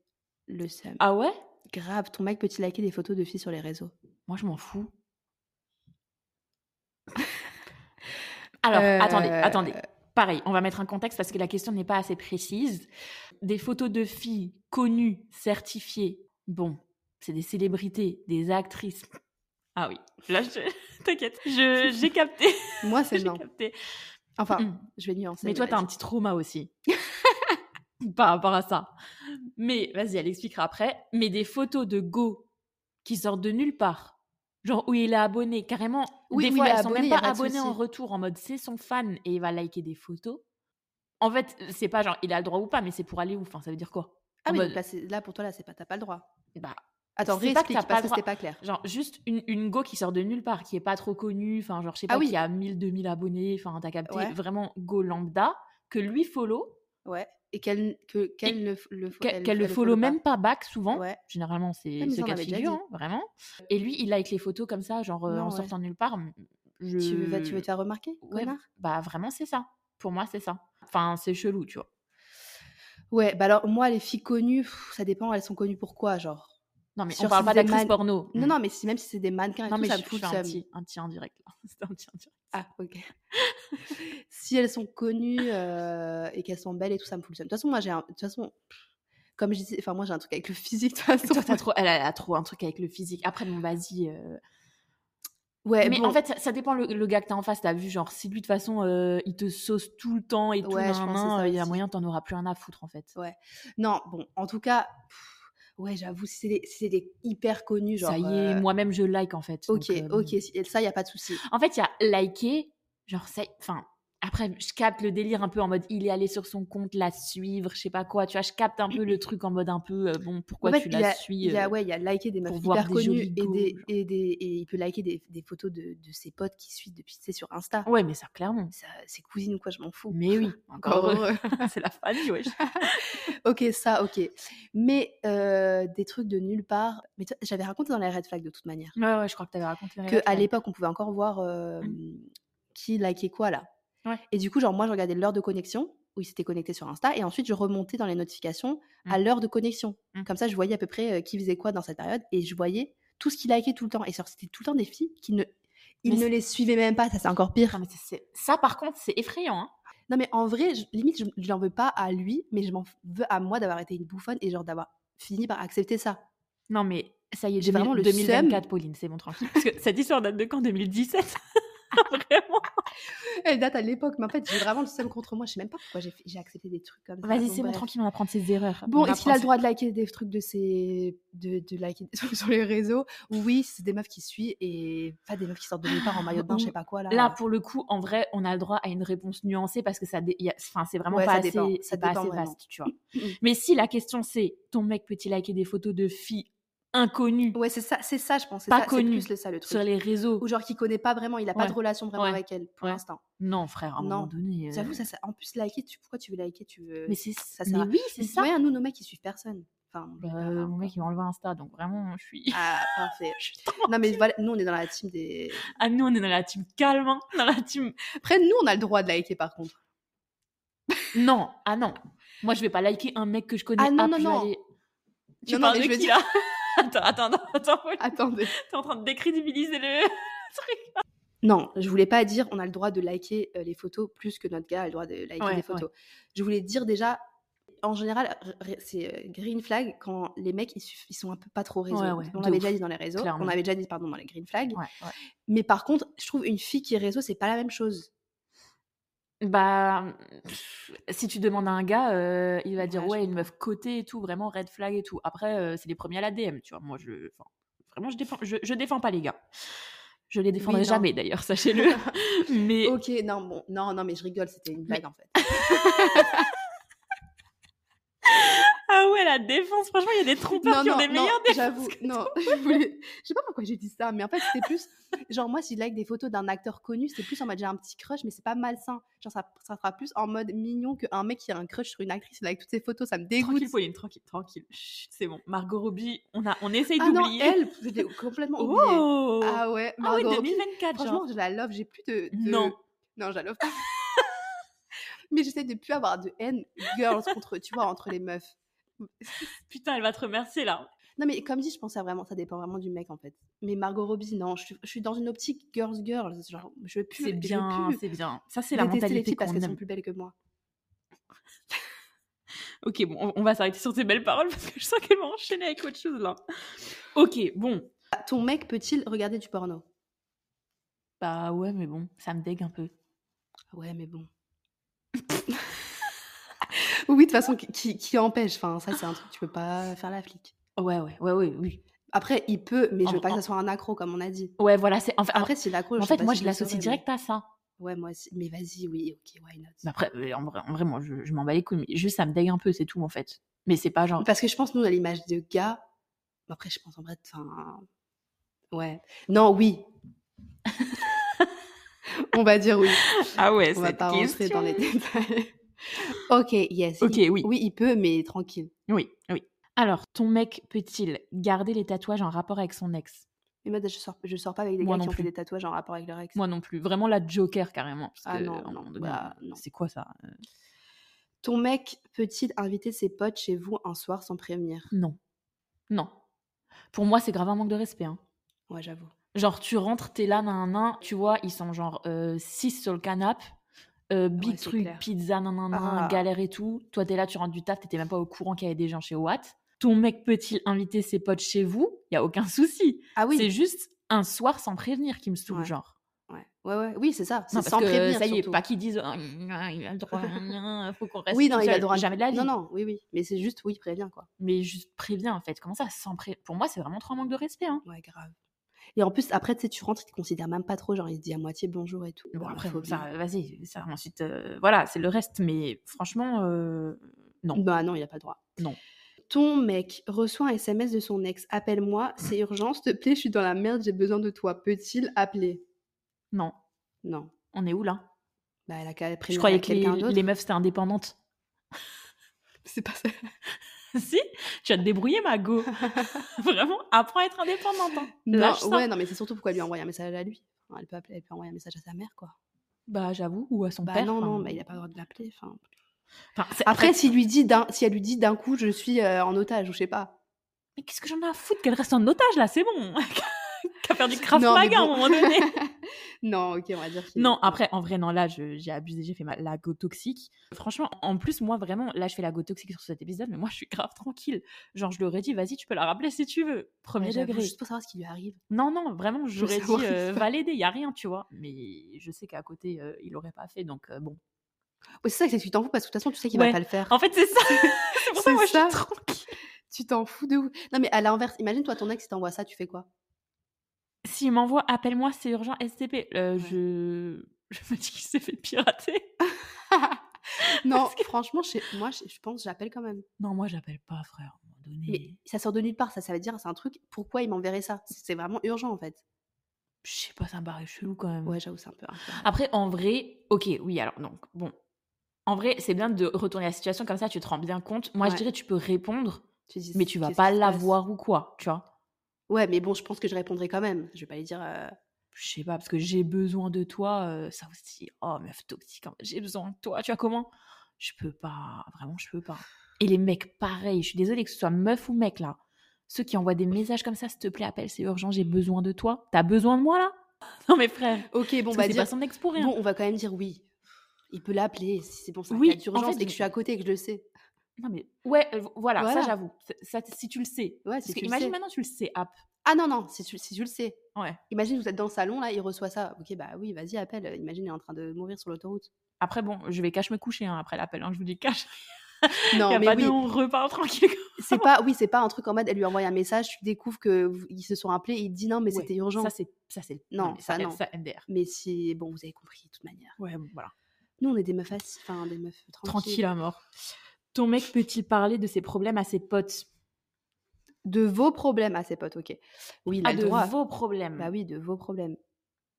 S1: le seum.
S2: Ah ouais
S1: Grave, ton mec peut-il liker des photos de filles sur les réseaux
S2: Moi, je m'en fous. Alors, attendez,
S1: Euh,
S2: attendez. Pareil, on va mettre un contexte parce que la question n'est pas assez précise. Des photos de filles connues, certifiées, bon, c'est des célébrités, des actrices. Ah oui, là, je... t'inquiète, je- j'ai capté.
S1: Moi, c'est
S2: j'ai
S1: non.
S2: capté.
S1: Enfin,
S2: Mm.
S1: je vais bah, nuancer.
S2: Mais toi, t'as un
S1: vas-y.
S2: petit trauma aussi par rapport à ça. Mais vas-y, elle expliquera après. Mais des photos de Go qui sortent de nulle part, genre où il est abonné, carrément.
S1: Oui,
S2: des
S1: oui,
S2: fois,
S1: il est
S2: elles sont
S1: abonné,
S2: même
S1: y a
S2: pas,
S1: pas de
S2: abonnées en
S1: souci.
S2: retour, en mode c'est son fan et il va liker des photos. En fait, c'est pas genre il a le droit ou pas, mais c'est pour aller où Enfin, ça veut dire quoi
S1: Ah,
S2: en
S1: mais
S2: mode-
S1: donc là, c'est- là, pour toi, là, c'est pas, t'as pas le droit.
S2: Bah,
S1: Attends,
S2: C'est pas que
S1: réexplique
S2: t'as pas
S1: parce
S2: le
S1: que
S2: droit.
S1: c'était pas clair.
S2: genre juste une, une Go qui sort de nulle part, qui est pas trop connue, enfin genre je sais pas,
S1: Ah oui.
S2: qui a 1000, 2000 abonnés, enfin t'as capté,
S1: Ouais.
S2: vraiment Go lambda que lui follow,
S1: Ouais. Et qu'elle que, qu'elle
S2: Et
S1: le, f- le, fo-
S2: qu'elle
S1: elle-
S2: qu'elle le
S1: elle
S2: follow
S1: pas.
S2: même pas back souvent.
S1: Ouais.
S2: Généralement, c'est
S1: Ouais, mais
S2: ce
S1: ça, on
S2: cas de
S1: l'avait déjà
S2: figure,
S1: dit.
S2: hein, vraiment. Et lui, il like les photos comme ça, genre euh,
S1: Non,
S2: en
S1: ouais.
S2: sortant de nulle part. m- Je...
S1: Tu veux, tu veux te faire remarquer,
S2: Ouais,
S1: connard
S2: Bah vraiment, c'est ça. Pour moi, c'est ça. Enfin, c'est chelou, tu vois.
S1: Ouais, bah alors, moi, les filles connues, pff, ça dépend, elles sont connues pour quoi, genre
S2: Non, mais on
S1: Sur
S2: parle
S1: ces
S2: pas d'actrice
S1: éman-
S2: porno.
S1: Non,
S2: Mm.
S1: non, mais si, même si c'est des mannequins et
S2: non,
S1: tout,
S2: mais
S1: ça
S2: je,
S1: me fout
S2: je
S1: le
S2: fais un
S1: seum.
S2: petit, un petit indirect. là. C'était un petit indirect.
S1: Ah, ok. si elles sont connues euh, et qu'elles sont belles et tout, ça me fout le seum. De toute façon, moi, j'ai un. De toute façon, comme je disais, enfin, moi, j'ai un truc avec le physique, de toute façon.
S2: Toi, t'as trop, elle elle a trop un truc avec le physique. Après, bon, vas-y. euh,
S1: Ouais,
S2: Mais
S1: Bah, bon,
S2: en fait, ça, ça dépend le, le gars que t'as en face. T'as vu, genre, si lui, de toute façon, euh, il te sauce tout le temps et tout,
S1: Ouais, je
S2: nan,
S1: pensais
S2: nan,
S1: ça
S2: euh, il y a
S1: aussi.
S2: moyen, t'en auras plus rien à foutre, en fait.
S1: Non, bon, en tout cas, pff, ouais, j'avoue, si c'est des, si c'est des hyper connus, genre.
S2: ça y est,
S1: euh,
S2: moi-même, je like, en fait.
S1: Ok,
S2: Donc, euh, bon.
S1: ok, si- et ça, il a pas de souci.
S2: En fait, il y a liker, genre ça, enfin. Après, je capte le délire un peu en mode il est allé sur son compte la suivre, je sais pas quoi. Tu vois, je capte un peu le truc en mode un peu euh, bon, pourquoi
S1: En fait,
S2: tu
S1: il
S2: la
S1: a-
S2: suis
S1: Il
S2: euh,
S1: a, ouais, il y a liké des meufs
S2: pour voir
S1: hyper
S2: des
S1: connues
S2: jolies
S1: et,
S2: go,
S1: des,
S2: genre.
S1: et, des, et il peut liker des, des photos de, de ses potes qui suivent depuis, tu sais, sur Insta.
S2: Ouais, mais ça, clairement.
S1: Ça, ses cousines ou quoi, je m'en fous. euh,
S2: Mais oui, encore
S1: Encore
S2: heureux.
S1: heureux.
S2: c'est la famille, wesh.
S1: ok, ça, ok. Mais euh, des trucs de nulle part. Mais tu- j'avais raconté dans les red flags de toute manière.
S2: Ouais, ouais, je crois que t'avais raconté.
S1: que à l'époque on pouvait encore voir euh, qui likait quoi là.
S2: Ouais.
S1: Et du coup genre moi je regardais l'heure de connexion où il s'était connecté sur Insta et ensuite je remontais dans les notifications à
S2: Mm.
S1: l'heure de connexion.
S2: Mm.
S1: Comme ça je voyais à peu près euh, qui faisait quoi dans cette période et je voyais tout ce qu'il likait tout le temps et genre, c'était tout le temps des filles qui ne
S2: Mais
S1: ils ne
S2: c'est-
S1: les suivaient même pas, ça c'est encore pire.
S2: Non, mais ça, c'est- ça, par contre, c'est effrayant. hein.
S1: Non mais en vrai, je- limite je, je n'en veux pas à lui, mais je m'en veux à moi d'avoir été une bouffonne et genre d'avoir fini par accepter ça.
S2: Non, mais ça y est,
S1: J'ai
S2: 2000-
S1: vraiment le
S2: 2024, Pauline, c'est bon, tranquille. Parce que cette histoire date de quand 2017 Vraiment
S1: Elle date à l'époque, mais en fait j'ai vraiment le seum contre moi, je sais même pas pourquoi j'ai fait- j'ai accepté des trucs comme ça.
S2: Vas-y, c'est bon,
S1: bref.
S2: tranquille, on apprend de ses erreurs.
S1: Bon,
S2: On
S1: est-ce qu'il a
S2: apprend
S1: le droit de liker des trucs de ses. de, de liker des trucs sur les réseaux Oui, c'est des meufs qui suivent et pas des meufs qui sortent de nulle part en maillot de bain, je sais pas quoi là.
S2: Là, pour le coup, en vrai, on a le droit à une réponse nuancée parce que ça, dé- y a- enfin, c'est vraiment
S1: Ouais,
S2: pas
S1: ça
S2: assez,
S1: dépend, ça
S2: c'est pas
S1: dépend
S2: assez
S1: vraiment. Mm,
S2: vaste, tu vois. Mais si la question c'est, ton mec peut-il liker des photos de filles inconnues
S1: Ouais, c'est ça, c'est ça, je pense. c'est
S2: Pas
S1: ça,
S2: connu.
S1: C'est plus le, ça le truc.
S2: sur les réseaux
S1: Ou genre qui connaît pas vraiment, il a pas de
S2: Ouais.
S1: relation vraiment
S2: Ouais.
S1: avec elle pour
S2: Ouais.
S1: l'instant.
S2: Non, frère, à un
S1: Non.
S2: moment donné. euh,
S1: J'avoue, ça, ça- en plus, liker, tu, pourquoi tu veux liker tu veux...
S2: Mais c'est
S1: ça
S2: mais
S1: sert à-
S2: oui, c'est
S1: Mais
S2: ça.
S1: Ouais, nous, nos mecs, ils suivent personne. Enfin, on les
S2: Bah,
S1: verra,
S2: mon
S1: quoi.
S2: mec, il m'a enlevé Insta, donc vraiment, je suis.
S1: Ah, parfait.
S2: je suis
S1: Non, mais voilà, nous, on est dans la team des.
S2: Ah, nous, on est dans la team calme, hein, dans la team.
S1: Après, nous, on a le droit de liker par contre.
S2: Non, ah non. Moi, je vais pas liker un mec que je connais.
S1: Ah non, non,
S2: puis je vais
S1: non.
S2: aller- Tu
S1: Non, non, mais
S2: parles de
S1: je veux
S2: qui,
S1: dire-
S2: là Attends, attends, attends, attends,
S1: Attendez.
S2: t'es en train de décrédibiliser le.
S1: Non, je voulais pas dire on a le droit de liker euh, les photos plus que notre gars a le droit de liker
S2: Ouais,
S1: les photos. Je voulais dire déjà, en général, r- r- c'est euh, green flag quand les mecs ils, suff- ils sont un peu pas trop réseaux.
S2: Ouais, ouais,
S1: on
S2: de
S1: l'avait
S2: ouf,
S1: déjà dit dans les réseaux,
S2: clairement.
S1: on avait déjà dit pardon dans les green flags.
S2: Ouais, ouais.
S1: Mais par contre, je trouve une fille qui est réseau c'est pas la même chose.
S2: Bah, pff, si tu demandes à un gars, euh, il va dire
S1: Ouais, je
S2: ouais, une meuf cotée et tout, vraiment red flag et tout. Après, euh, c'est les premiers à la DM, tu vois. Moi, je, enfin, vraiment, je défends, je, je défends pas les gars. Je les défendrai
S1: non.
S2: jamais d'ailleurs, sachez-le. Mais
S1: Ok, non bon, non non mais je rigole, c'était une blague en fait.
S2: Ah ouais, la défense. Franchement, il y a des trompeurs qui ont des meilleurs défenses.
S1: J'avoue, non, je voulais- je sais pas pourquoi j'ai dit ça, mais en fait, c'était plus. Genre, moi, si je like des photos d'un acteur connu, c'est plus en mode j'ai un petit crush, mais c'est pas malsain. Genre, ça, ça sera plus en mode mignon qu'un mec qui a un crush sur une actrice, il like toutes ses photos, ça me dégoûte.
S2: Tranquille, Pauline, tranquille, tranquille. Chut, c'est bon. Margot Robbie, on, a, on essaye
S1: Ah non,
S2: d'oublier.
S1: elle, je l'ai complètement oubliée.
S2: Oh
S1: Ah ouais,
S2: Ah oui,
S1: Margot Robbie,
S2: 2024, genre.
S1: Franchement, je la love, j'ai plus de. de-
S2: Non.
S1: Non, je la love pas. mais j'essaie de plus avoir de haine, girls, contre, tu vois, entre les meufs.
S2: Putain, elle va te remercier, là.
S1: Non, mais comme dit, je pensais vraiment, ça dépend vraiment du mec en fait. Mais Margot Robbie, non, je suis, je suis dans une optique girls, girls. Genre, je veux plus.
S2: C'est bien,
S1: je veux plus
S2: c'est bien. Ça, c'est la
S1: détester les
S2: mentalité
S1: filles parce
S2: qu'on
S1: qu'elles sont
S2: aime.
S1: plus belles que moi.
S2: Ok, bon, on- on va s'arrêter sur ces belles paroles parce que je sens qu'elle va enchaîner avec autre chose, là. Ok, bon.
S1: Ah, Ton mec peut-il regarder du porno
S2: Bah ouais, mais bon, ça me dégue un peu.
S1: Ah Ouais, mais bon. oui, de toute façon, qui, qui- qui empêche Enfin, ça, c'est un truc, tu peux pas faire la flic.
S2: Ouais, ouais, ouais, ouais, oui.
S1: Après, il peut, mais je veux
S2: En-
S1: pas que ça
S2: en-
S1: soit un accro, comme on a dit.
S2: Ouais, voilà, c'est. Enfin,
S1: Après, si l'accro,
S2: en
S1: je sais
S2: fait,
S1: pas
S2: moi,
S1: si
S2: je
S1: le
S2: l'associe
S1: saurais, mais-
S2: direct à ça.
S1: Ouais, moi aussi. Mais vas-y, oui, ok, why not
S2: Mais Après, euh, en vrai, en vrai, moi, je, je m'en bats les couilles. mais juste, ça me dégue un peu, c'est tout, en fait. Mais c'est pas genre.
S1: Parce que je pense, nous, on a l'image de gars. Mais Après, je pense en vrai, enfin. Ouais. Non, oui. on va dire oui.
S2: Ah ouais,
S1: On va
S2: cette
S1: pas rentrer dans les
S2: question.
S1: détails. ok, yes.
S2: Ok,
S1: il-
S2: oui.
S1: Oui, il peut, mais tranquille.
S2: Oui, oui. Alors, ton mec peut-il garder les tatouages en rapport avec son ex
S1: Mais moi, je sors, je sors pas avec des
S2: Moi
S1: gars
S2: non
S1: qui ont fait
S2: plus.
S1: des tatouages en rapport avec leur ex.
S2: Moi non plus. Vraiment la Joker, carrément. Parce
S1: Ah
S2: que,
S1: non,
S2: à un
S1: non,
S2: moment donné,
S1: bah, non.
S2: C'est quoi ça euh,
S1: Ton mec peut-il inviter ses potes chez vous un soir sans prévenir
S2: Non. Non. Pour moi, c'est grave un manque de respect. hein.
S1: Ouais, j'avoue.
S2: Genre, tu rentres, t'es là, nan, nan, tu vois, ils sont genre 6 sur le canap', euh, big
S1: Ouais, c'est
S2: truc,
S1: clair.
S2: pizza, nan, nan, nan,
S1: Ah.
S2: galère et tout. Toi, t'es là, tu rentres du taf, t'étais même pas au courant qu'il y avait des gens chez Watt. Ton mec peut-il inviter ses potes chez vous Y a aucun souci.
S1: Ah oui.
S2: C'est juste un soir sans prévenir qui me saoule,
S1: Ouais.
S2: genre.
S1: Ouais, ouais, ouais. Oui, c'est ça.
S2: Non,
S1: C'est
S2: parce
S1: sans
S2: que
S1: prévenir.
S2: ça y est,
S1: surtout.
S2: pas qu'ils disent Ah, il a le droit, il faut qu'on reste.
S1: Oui, non,
S2: tout
S1: il a
S2: seul.
S1: le droit. de-
S2: Jamais de la vie.
S1: Non, non, oui, oui. Mais c'est juste, oui, prévient, quoi.
S2: Mais juste préviens en fait. Comment ça sans pré... Pour moi, c'est vraiment trop un manque de respect. Hein.
S1: Ouais, grave. Et en plus, après, tu sais, tu rentres, il te considère même pas trop, genre, il te dit à moitié bonjour et tout.
S2: Bon,
S1: Bah,
S2: après,
S1: faut
S2: ça,
S1: bien.
S2: vas-y. Ça, ensuite, euh, voilà, c'est le reste. Mais franchement, euh, non.
S1: Bah non, il a pas le droit.
S2: Non.
S1: Ton mec reçoit un SMS de son ex. Appelle-moi, c'est urgent, s'il te plaît, je suis dans la merde, j'ai besoin de toi. Peut-il appeler
S2: non.
S1: Non.
S2: On est où là
S1: Bah, elle a qu'à
S2: Je
S1: prévenir
S2: croyais que
S1: quelqu'un
S2: les,
S1: d'autre.
S2: les meufs, c'était indépendante.
S1: C'est pas ça.
S2: si Tu vas te débrouiller, ma go. vraiment, apprends à être indépendante. hein.
S1: Non,
S2: Lâche ça.
S1: ouais, non, mais c'est surtout pourquoi elle lui envoyer un message à lui. Enfin, Elle peut, appeler, elle peut envoyer un message à sa mère, quoi.
S2: Bah, j'avoue, ou à son
S1: Bah
S2: père.
S1: non,
S2: enfin.
S1: non, bah, il a pas le droit de l'appeler. enfin.
S2: Enfin, c'est-
S1: Après, s'il lui dit d'un- si elle lui dit d'un coup, je suis euh, en otage, ou je sais pas.
S2: Mais qu'est-ce que j'en ai à foutre qu'elle reste en otage là, c'est bon. Qu'à faire du craft
S1: Non, mais
S2: maga à un
S1: bon.
S2: moment donné.
S1: non, ok, on va dire. qu'il-
S2: non, après, en vrai, non, là, je- j'ai abusé, j'ai fait ma la go toxique. Franchement, en plus, moi, vraiment, là, je fais la go toxique sur cet épisode, mais moi, je suis grave tranquille. Genre, je lui aurais dit, vas-y, tu peux la rappeler si tu veux.
S1: Ouais,
S2: Premier
S1: j'avoue,
S2: degré.
S1: Juste pour savoir ce qui lui arrive.
S2: Non, non, vraiment, j'aurais dit,
S1: savoir
S2: euh,
S1: ça.
S2: valider, y a rien, tu vois. Mais je sais qu'à côté, euh, il aurait pas fait, donc euh, bon.
S1: Ouais, c'est ça, c'est que tu t'en fous parce que de toute façon, tu sais qu'il
S2: Ouais.
S1: va pas le faire.
S2: En fait, c'est ça. c'est pour ça,
S1: C'est
S2: moi,
S1: ça.
S2: je suis tranquille.
S1: Tu t'en fous de ouf. Non, mais à l'inverse, imagine-toi ton ex, il t'envoie ça, tu fais quoi
S2: S'il m'envoie, appelle-moi, c'est urgent, STP. Euh,
S1: Ouais.
S2: Je. Je me dis qu'il s'est fait pirater.
S1: Non, franchement, chez... moi, je je pense, j'appelle quand même.
S2: Non, moi, j'appelle pas, frère. À un moment donné.
S1: Mais ça sort de nulle part, ça, ça veut dire, c'est un truc, pourquoi il m'enverrait ça C'est c'est vraiment urgent, en fait.
S2: Je sais pas, ça me paraît chelou quand même.
S1: Ouais, j'avoue, c'est un peu. un peu-
S2: Après, en vrai, ok, oui, alors, donc, bon. En vrai, c'est bien de retourner la situation comme ça, tu te rends bien compte. Moi,
S1: Ouais.
S2: je dirais, tu peux répondre,
S1: Tu dis,
S2: mais tu vas
S1: qu'est-ce
S2: pas
S1: qui se passe
S2: l'avoir ou quoi, tu vois.
S1: Ouais, mais bon, je pense que je répondrai quand même. Je vais pas lui dire. euh,
S2: Je sais pas, parce que j'ai besoin de toi, euh, ça aussi, oh, meuf toxique, hein, j'ai besoin de toi, tu vois, comment Je peux pas, vraiment, je peux pas. Et les mecs, pareil, je suis désolée que ce soit meuf ou mec, là. Ceux qui envoient des messages comme ça, s'il te plaît, appelle, c'est urgent, j'ai besoin de toi. T'as besoin de moi, là Non, mais frère,
S1: Ok, bon,
S2: on
S1: bah,
S2: va dire...
S1: dire.
S2: pas son ex pour rien.
S1: Bon, on va quand même dire oui. Il peut l'appeler si c'est bon, c'est un
S2: Oui,
S1: cas d'urgence
S2: en fait,
S1: et que je suis à côté et que je le sais.
S2: Non mais ouais, euh, vo- voilà,
S1: Voilà.
S2: ça j'avoue. C'est- Ça, si tu le sais.
S1: Ouais,
S2: Parce
S1: si
S2: que
S1: tu le
S2: imagine
S1: sais.
S2: maintenant tu le sais, app.
S1: Ah non, non, si tu, si tu le sais.
S2: Ouais.
S1: Imagine, vous êtes dans le salon, là, il reçoit ça. Ok, bah oui, vas-y, appelle. Imagine, il est en train de mourir sur l'autoroute.
S2: Après bon, je vais cache me coucher hein, après l'appel. hein, je vous dis cache.
S1: Non,
S2: y a
S1: mais
S2: pas
S1: oui,
S2: de, on repart tranquille.
S1: c'est pas, oui, c'est pas un truc en mode, elle lui envoie un message, tu découvres qu'ils se sont rappelés, et il te dit non, mais
S2: Ouais,
S1: c'était urgent.
S2: Ça c'est, ça c'est.
S1: Non,
S2: mais
S1: ça,
S2: s'appelle
S1: non.
S2: Ça MDR.
S1: mais si, bon, vous avez compris, de toute manière.
S2: Ouais, bon, voilà.
S1: Nous, on est des meufs faciles, enfin, des meufs tranquilles.
S2: Tranquille à mort. Ton mec peut-il parler de ses problèmes à ses potes
S1: De vos problèmes à ses potes, ok. Oui, il a
S2: Ah,
S1: le
S2: de
S1: droit.
S2: vos problèmes.
S1: Bah oui, de vos problèmes.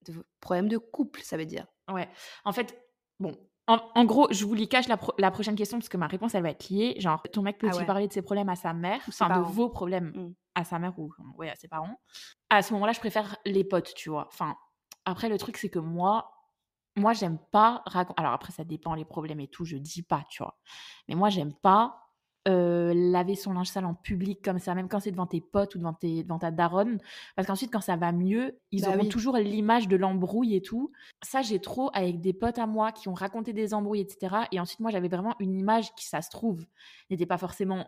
S1: De vos problèmes de couple, ça veut dire.
S2: Ouais. En fait, bon. En, en gros, je vous lis cache la, pro- la prochaine question parce que ma réponse, elle va être liée. Genre, ton mec peut-il
S1: Ah ouais.
S2: parler de ses problèmes à sa mère
S1: Ou ses
S2: Enfin, de
S1: parents.
S2: vos problèmes
S1: Mm.
S2: à sa mère ou ouais, à ses parents. À ce moment-là, je préfère les potes, tu vois. Enfin, après, le truc, c'est que moi, moi, j'aime pas raconter. Alors, après, ça dépend les problèmes et tout, je dis pas, tu vois. Mais moi, j'aime pas euh, laver son linge sale en public comme ça, même quand c'est devant tes potes ou devant, tes, devant ta daronne. Parce qu'ensuite, quand ça va mieux, ils
S1: Bah
S2: auront
S1: oui.
S2: toujours l'image de l'embrouille et tout. Ça, j'ai trop avec des potes à moi qui ont raconté des embrouilles, etc. Et ensuite, moi, j'avais vraiment une image qui, ça se trouve, n'était pas forcément.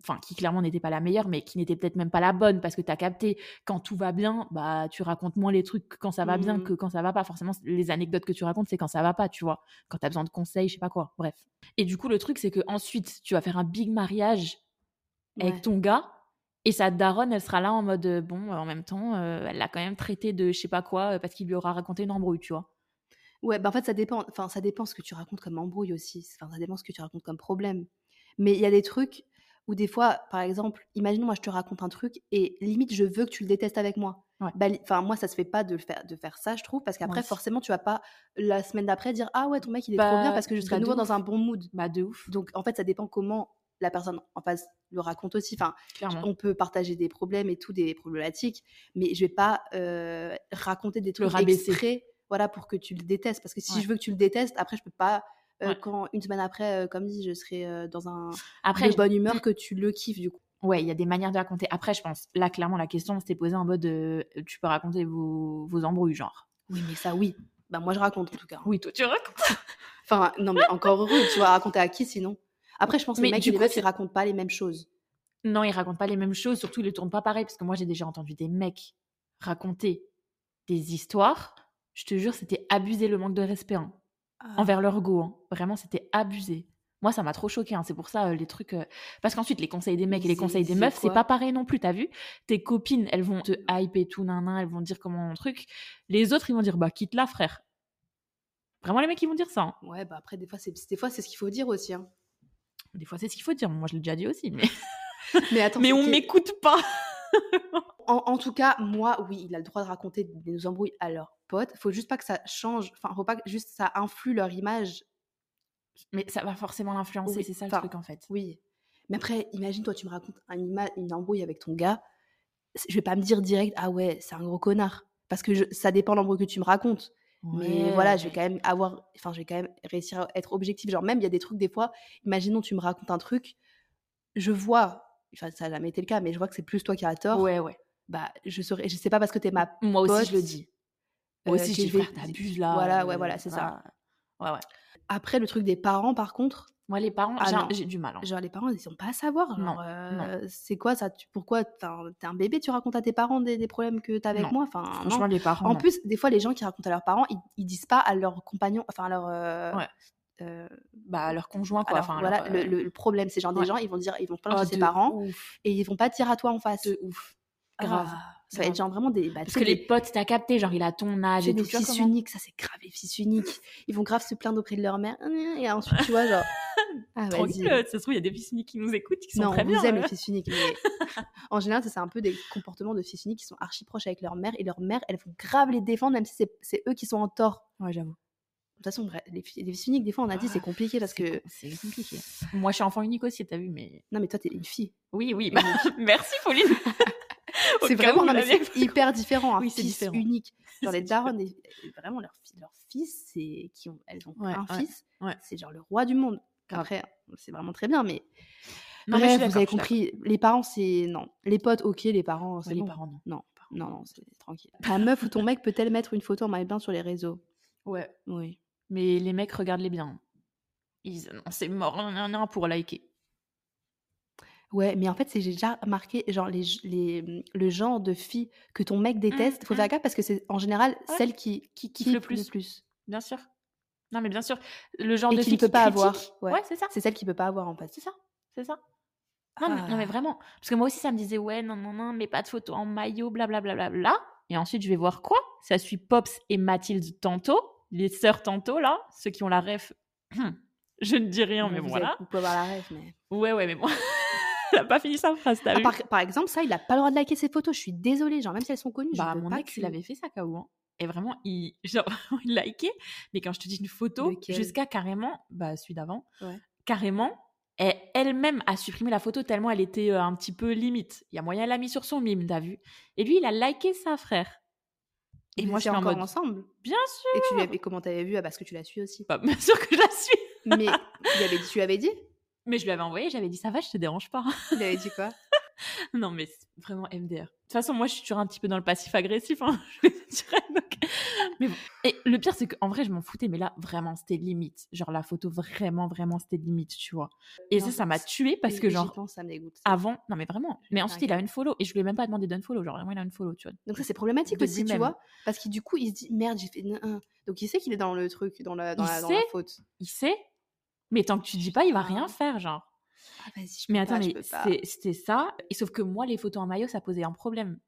S2: Enfin, qui clairement n'était pas la meilleure, mais qui n'était peut-être même pas la bonne, parce que t'as capté, quand tout va bien, bah tu racontes moins les trucs quand ça va bien
S1: Mhm.
S2: que quand ça va pas. Forcément, les anecdotes que tu racontes, c'est quand ça va pas, tu vois. Quand t'as besoin de conseils, je sais pas quoi. Bref. Et du coup, le truc, c'est que ensuite, tu vas faire un big mariage
S1: Ouais.
S2: avec ton gars. Et sa daronne, elle sera là en mode euh, bon, euh, en même temps, euh, elle l'a quand même traité de je sais pas quoi euh, parce qu'il lui aura raconté une embrouille, tu vois.
S1: Ouais, bah en fait, ça dépend. Enfin, ça dépend ce que tu racontes comme embrouille aussi. Enfin, ça dépend ce que tu racontes comme problème. Mais il y a des trucs où des fois, par exemple, imagine moi, je te raconte un truc et limite, je veux que tu le détestes avec moi.
S2: Ouais.
S1: Bah, li- Enfin, moi, ça se fait pas de le faire, de faire ça, je trouve, parce qu'après,
S2: aussi.
S1: forcément, tu vas pas la semaine d'après dire ah ouais, ton mec, il est trop
S2: Bah,
S1: bien, parce que je serai
S2: bah,
S1: de
S2: de
S1: nouveau
S2: ouf.
S1: dans un bon mood.
S2: Bah de ouf,
S1: Donc, en fait, ça dépend comment la personne en face le raconte aussi. Enfin,
S2: clairement.
S1: on peut partager des problèmes et tout, des problématiques, mais je vais pas euh, raconter des trucs
S2: rabaisser.
S1: exprès, voilà, pour que tu le détestes. Parce que si
S2: Ouais.
S1: je veux que tu le détestes, après, je peux pas. euh,
S2: Ouais.
S1: Quand une semaine après, euh, comme dit, je serai euh, dans un
S2: Après,
S1: de bonne humeur que tu le kiffes du coup.
S2: Ouais, il y a des manières de raconter. Après, je pense, là, clairement, la question s'était posée en mode euh, tu peux raconter vos, vos embrouilles, genre.
S1: Oui, mais ça, oui. Bah moi, je raconte en tout cas.
S2: Oui, toi, tu racontes.
S1: Enfin, non, mais encore heureux. Tu vas raconter à qui sinon Après, je pense que
S2: Mais
S1: les mecs
S2: du
S1: et les
S2: coup,
S1: meufs,
S2: c'est-
S1: ils racontent pas les mêmes choses.
S2: Non, ils racontent pas les mêmes choses, surtout, ils le tournent pas pareil, parce que moi, j'ai déjà entendu des mecs raconter des histoires. Je te jure, c'était abusé le manque de respect hein, envers leur go. hein. Vraiment, c'était abusé. Moi, ça m'a trop choqué. C'est pour ça, euh, les trucs. euh, Parce qu'ensuite, les conseils des mecs et
S1: Mais
S2: les
S1: c'est-
S2: conseils des
S1: c'est
S2: meufs, c'est
S1: quoi
S2: pas pareil non plus, t'as vu Tes copines, elles vont te hype et tout, nanan, elles vont te dire comment on truc. Les autres, ils vont dire bah, quitte-la, frère. Vraiment, les mecs, ils vont dire ça. hein.
S1: Ouais, bah après, des fois, c'est des fois, c'est ce qu'il faut dire aussi. hein.
S2: Des fois, c'est ce qu'il faut dire. Moi, je l'ai déjà dit aussi, mais,
S1: Mais attends,
S2: mais on
S1: c'était-
S2: m'écoute pas.
S1: En, en tout cas, moi, oui, il a le droit de raconter des nos embrouilles à leurs potes. Faut juste pas que ça change. Enfin, faut pas que juste ça influe leur image.
S2: Mais ça va forcément l'influencer,
S1: Oui,
S2: c'est ça le
S1: enfin,
S2: truc en fait.
S1: Oui. Mais après, imagine, toi, tu me racontes un ima- une embrouille avec ton gars. c'est- Je vais pas me dire direct, ah ouais, c'est un gros connard. Parce que je- ça dépend de l'embrouille que tu me racontes. Mais voilà, je vais quand même avoir. Enfin, je vais quand même réussir à être objective. Genre, même, il y a des trucs, des fois, imaginons, tu me racontes un truc. Je vois. Enfin, ça n'a jamais été le cas, mais je vois que c'est plus toi qui as tort.
S2: Ouais, ouais.
S1: Bah, je saurais. Je sais pas parce que t'es ma
S2: Moi aussi, je
S1: pote,
S2: le dis.
S1: euh,
S2: Moi aussi, je
S1: que
S2: dis,
S1: je vais-
S2: frère, t'abuses là. euh,
S1: Voilà, ouais, voilà, c'est ça.
S2: ça. Ouais, ouais.
S1: Après, le truc des parents, par contre,
S2: Moi, les parents,
S1: Ah
S2: j'ai un-
S1: non.
S2: j'ai du mal. hein.
S1: genre les parents, ils sont pas à savoir.
S2: Non,
S1: genre, euh, C'est quoi ça tu- Pourquoi t'es un, t'es un bébé Tu racontes à tes parents des, des problèmes que t'as avec
S2: Non,
S1: moi Enfin, Ah non.
S2: Franchement, les parents.
S1: En
S2: non.
S1: plus, des fois, les gens qui racontent à leurs parents, ils, ils disent pas à leurs compagnons, enfin à leur. euh,
S2: Ouais.
S1: euh,
S2: bah, leur conjoint,
S1: à
S2: quoi.
S1: leur-
S2: Enfin,
S1: voilà,
S2: leur,
S1: le,
S2: euh,
S1: le- le problème, c'est genre
S2: ouais.
S1: des gens, ils vont dire, ils vont
S2: oh,
S1: parler de ses
S2: de
S1: parents
S2: ouf,
S1: et ils vont pas dire à toi en face.
S2: De ouf.
S1: Ah,
S2: grave,
S1: ça va être
S2: grave.
S1: genre vraiment des. bah, tu
S2: Parce
S1: sais,
S2: que les
S1: des-
S2: potes, t'as capté, genre, il a ton âge
S1: j'ai
S2: et
S1: des
S2: tout. Tu vois
S1: fils
S2: comment
S1: uniques, ça c'est grave, les fils uniques. Ils vont grave se plaindre auprès de leur mère. Et ensuite, tu vois, genre. Ah,
S2: Tranquille,
S1: vas-y.
S2: euh, ça se trouve, il y a des fils uniques qui nous écoutent, qui sont
S1: non,
S2: très
S1: on
S2: bien.
S1: vous aime
S2: euh.
S1: les fils uniques. Mais en général, ça, c'est un peu des comportements de fils uniques qui sont archi proches avec leur mère. Et leur mère, elles vont grave les défendre, même si c'est- c'est eux qui sont en tort.
S2: Ouais, j'avoue.
S1: De toute façon, bref, les, fi- les fils uniques, des fois, on a dit,
S2: Ah,
S1: c'est compliqué parce
S2: C'est
S1: que.
S2: com- C'est compliqué. Moi, je suis enfant unique aussi, t'as vu, mais.
S1: Non, mais toi, t'es une fille.
S2: Oui, oui. bah, merci, Pauline. Au
S1: C'est
S2: cas
S1: vraiment
S2: où
S1: non,
S2: vous
S1: mais c'est
S2: l'aviez pas
S1: hyper différent. Un
S2: Oui, c'est
S1: fils
S2: différent.
S1: unique. Genre,
S2: C'est
S1: les darons, vraiment, leur, fi- leur fils, c'est. Qui ont, elles ont
S2: Ouais,
S1: un
S2: ouais,
S1: fils.
S2: ouais.
S1: C'est genre le roi du monde.
S2: Grave.
S1: Après, c'est vraiment très bien, mais.
S2: Non, mais je suis
S1: Bref,
S2: d'accord,
S1: vous avez
S2: je suis
S1: compris. Les parents, c'est. Non. Les potes, ok, les parents,
S2: d'accord.
S1: c'est
S2: Ouais, les
S1: bon.
S2: parents, non.
S1: Non, non, non, c'est tranquille. Ta meuf ou ton mec peut-elle mettre une photo en maillot de bain sur les réseaux
S2: Ouais.
S1: Oui.
S2: Mais les mecs, regardent-les bien. Ils, non, c'est mort, on en a un pour liker.
S1: Ouais, mais en fait, c'est j'ai déjà remarqué genre les, les- mmh, le genre de filles que ton mec déteste. Faut faire
S2: mm.
S1: gaffe parce que c'est en général
S2: Ouais,
S1: celle qui
S2: Qui kiffe
S1: kiffe
S2: le plus, bien sûr. Non, mais bien sûr. Le genre
S1: Et
S2: de
S1: qui
S2: fille
S1: ne peut
S2: qui
S1: pas
S2: critique.
S1: avoir,
S2: Ouais,
S1: ouais.
S2: c'est ça.
S1: C'est celle qui peut pas avoir en fait.
S2: C'est ça. C'est ça. Non, mais, non, mais
S1: Ah.
S2: vraiment. Parce que moi aussi, ça me disait, ouais, non, non, non, mais pas de photo en maillot, blablabla. Bla, bla, bla. Et ensuite, je vais voir quoi Ça suit Pops et Mathilde tantôt, les sœurs tantôt, là, ceux qui ont la ref. Je ne dis rien,
S1: Bon,
S2: mais
S1: vous
S2: voilà.
S1: avez- vous pouvez avoir la rêve, mais.
S2: Ouais, ouais, mais moi, elle a pas fini sa phrase, t'as
S1: Ah,
S2: vu
S1: par, par exemple, ça, il a pas le droit de liker ses photos. Je suis désolée, genre même si elles sont connues.
S2: Bah,
S1: je peux
S2: mon
S1: pas
S2: ex,
S1: que-
S2: il avait fait ça, K.O. hein. Et vraiment, il, genre, il likait. Mais quand je te dis une photo,
S1: Lequel
S2: jusqu'à carrément, bah, celui d'avant,
S1: Ouais.
S2: carrément, elle- elle-même a supprimé la photo tellement elle était euh, un petit peu limite. Il y a moyen, elle l'a mis sur son mime, t'as vu Et lui, il a liké ça, frère. Et
S1: Vous
S2: moi, je
S1: étiez
S2: suis en
S1: encore
S2: mode,
S1: ensemble.
S2: bien sûr
S1: Et tu lui avais comment t'avais vu Ah, parce que tu la suis aussi.
S2: Bah, Bien sûr que je la suis
S1: Mais il avait dit, tu lui avais dit
S2: Mais je lui avais envoyé, j'avais dit, ça va, je te dérange pas. hein».
S1: Il avait dit quoi
S2: Non, mais c'est vraiment MDR. De toute façon, moi, je suis toujours un petit peu dans le passif agressif, hein, je le dirais. donc. Mais bon. Et le pire, c'est qu'en vrai, je m'en foutais, mais là, vraiment, c'était limite. Genre, la photo, vraiment, vraiment, c'était limite, tu vois. Et
S1: Non,
S2: ça, ça m'a
S1: c'est-
S2: tué parce que,
S1: J'y
S2: genre,
S1: pense, ça me dégoûte.
S2: avant, non, mais vraiment. Mais ensuite, il a
S1: dingue.
S2: une follow et je lui ai même pas demandé follow Genre, vraiment, il a une follow, tu vois.
S1: Donc ça c'est problématique
S2: de
S1: aussi, tu
S2: lui-même.
S1: vois, parce que du coup il se dit merde j'ai fait un, un. donc il sait qu'il est dans le truc, dans la, dans
S2: Il
S1: la, dans la
S2: sait.
S1: faute.
S2: Il sait, mais tant que tu dis pas, il va rien
S1: Putain.
S2: faire, genre.
S1: Ah, vas-y, je peux
S2: Mais attends,
S1: pas, je
S2: mais
S1: peux pas.
S2: c'est- c'était ça. Et sauf que moi, les photos en maillot, ça posait un problème.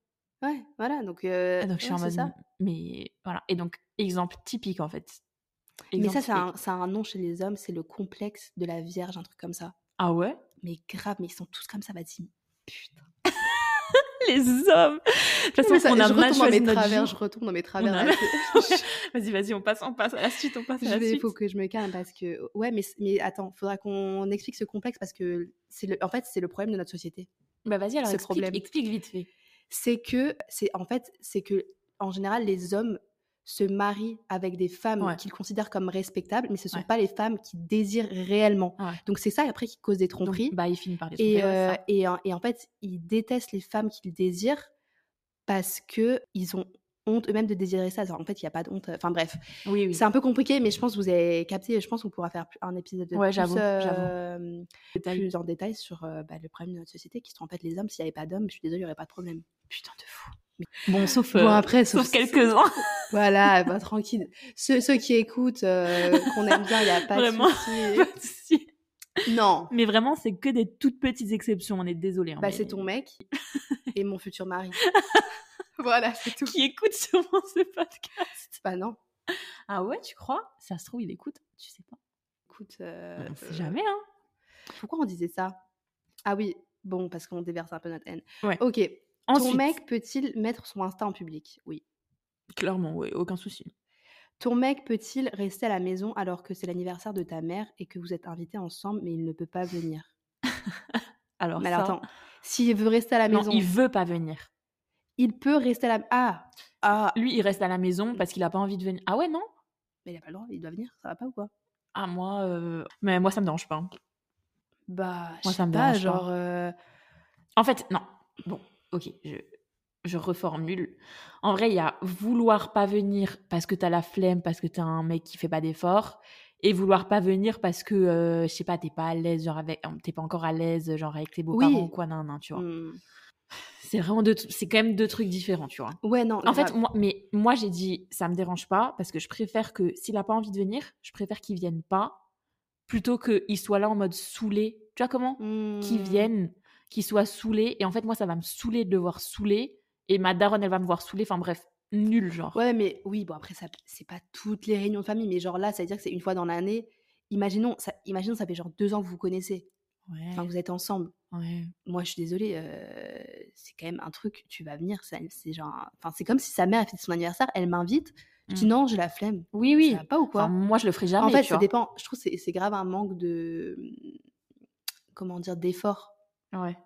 S1: Ouais, voilà donc. euh,
S2: Ah, donc, je suis
S1: ouais,
S2: en
S1: c'est
S2: mode.
S1: ça.
S2: Mais voilà. Et donc, exemple typique, en fait.
S1: Mais
S2: Exemple
S1: ça c'est
S2: typique.
S1: un, ça a un nom chez les hommes, c'est le complexe de la vierge, un truc comme ça.
S2: Ah ouais
S1: Mais grave, mais ils sont tous comme ça, vas-y. Putain.
S2: les hommes. De toute façon,
S1: Mais ça-
S2: on a
S1: je
S2: mal
S1: retombe dans
S2: choisi
S1: mes
S2: notre
S1: travers,
S2: vie.
S1: je retombe dans mes
S2: On
S1: travers.
S2: a-
S1: là.
S2: Vas-y, vas-y, on passe, on passe à la suite, on passe à
S1: Je
S2: la
S1: vais-
S2: suite.
S1: faut que je me calme parce que ouais, mais mais attends, faudra qu'on explique ce complexe parce que c'est le, en fait c'est le problème de notre société.
S2: Bah vas-y, alors
S1: Ce
S2: explique,
S1: problème.
S2: explique vite fait.
S1: c'est que c'est en fait c'est que en général les hommes se marient avec des femmes
S2: Ouais.
S1: qu'ils considèrent comme respectables, mais ce sont
S2: Ouais. Ah
S1: pas les femmes qui désirent réellement.
S2: Ouais.
S1: Donc c'est ça après qui cause des
S2: Donc,
S1: tromperies.
S2: bah il finit par les
S1: et,
S2: tromper, ouais,
S1: euh,
S2: ça.
S1: et, en- et en fait, ils détestent les femmes qu'ils désirent parce que ils ont honte eux-mêmes de désirer ça. Alors, en fait, il n'y a pas de honte. Enfin bref,
S2: Oui, oui.
S1: c'est un peu compliqué, mais je pense que vous avez capté. Je pense qu'on pourra faire un épisode de
S2: Ouais,
S1: plus,
S2: j'avoue, j'avoue.
S1: euh,
S2: Détail.
S1: plus en détail sur euh, bah, le problème de notre société, qui sont en fait les hommes. S'il n'y avait pas d'hommes, je suis désolée, il n'y aurait pas de problème.
S2: Putain de fou. Bon, sauf,
S1: Bon,
S2: euh,
S1: après,
S2: sauf,
S1: sauf,
S2: quelques-uns.
S1: Voilà, bah, tranquille. Ceux, ceux qui écoutent, euh, qu'on aime bien, il n'y a pas
S2: Vraiment.
S1: de souci.
S2: Si.
S1: Non.
S2: Mais vraiment, c'est que des toutes petites exceptions. On est désolé. hein,
S1: Bah,
S2: mais-
S1: c'est ton mec et mon futur mari. voilà, c'est tout.
S2: qui écoute sûrement ce podcast.
S1: Bah non,
S2: Ah ouais, tu crois Ça se trouve, il écoute. Tu sais pas.
S1: écoute. euh,
S2: on sait
S1: euh,
S2: jamais, hein.
S1: Pourquoi on disait ça Ah oui, bon, parce qu'on déverse un peu notre haine.
S2: Ouais.
S1: Ok.
S2: Ensuite,
S1: Ton mec peut-il mettre son Insta en public Oui.
S2: clairement, ouais, aucun souci.
S1: Ton mec peut-il rester à la maison alors que c'est l'anniversaire de ta mère et que vous êtes invités ensemble mais il ne peut pas venir
S2: Alors,
S1: Mais alors,
S2: ça-
S1: attends, s'il veut rester à la
S2: non,
S1: maison,
S2: il veut pas venir.
S1: il peut rester à la... Ah Ah
S2: Lui, il reste à la maison parce qu'il a pas envie de venir. Ah ouais, non
S1: Mais il a pas le droit, il doit venir, ça va pas ou quoi
S2: Ah, moi. euh, Mais moi, ça me dérange pas. hein.
S1: Bah, je
S2: Moi, ça
S1: sais
S2: me
S1: pas,
S2: dérange pas.
S1: genre. euh,
S2: En fait, non. Bon, ok, je, je reformule. En vrai, il y a vouloir pas venir parce que t'as la flemme, parce que t'es un mec qui fait pas d'efforts, et vouloir pas venir parce que, euh, je sais pas, t'es pas à l'aise, genre avec. T'es pas encore à l'aise, genre avec tes beaux-parents
S1: Oui.
S2: ou quoi, non, non, tu vois.
S1: hmm.
S2: C'est vraiment deux. tr- C'est quand même deux trucs différents, tu vois.
S1: Ouais, non.
S2: En fait,
S1: grave.
S2: moi, mais moi j'ai dit ça me dérange pas parce que je préfère que s'il a pas envie de venir, je préfère qu'il vienne pas plutôt qu'il soit là en mode saoulé. Tu vois comment Qu'il
S1: Hmm.
S2: vienne, qu'il soit saoulé. Et en fait, moi ça va me saouler de le voir saoulé et ma daronne elle va me voir saoulé. Enfin bref, nul genre.
S1: Ouais, mais oui, bon, après, ça, c'est pas toutes les réunions de famille, mais genre là, ça veut dire que c'est une fois dans l'année. Imaginons ça, imaginons, ça fait genre deux ans que vous vous connaissez,
S2: Ouais,
S1: enfin, que vous êtes ensemble.
S2: ouais.
S1: Moi, je suis désolée, euh, c'est quand même un truc, tu vas venir, ça- c'est genre. un- Enfin, c'est comme si sa mère a fait son anniversaire, elle m'invite, je dis
S2: Hmm.
S1: non, j'ai la flemme.
S2: Oui oui.
S1: Ça va pas ou quoi Bah,
S2: Enfin, moi je le ferai jamais.
S1: En fait,
S2: tu
S1: ça
S2: vois.
S1: dépend. Je trouve que c'est- c'est grave un manque de. Comment dire D'effort.
S2: Ouais.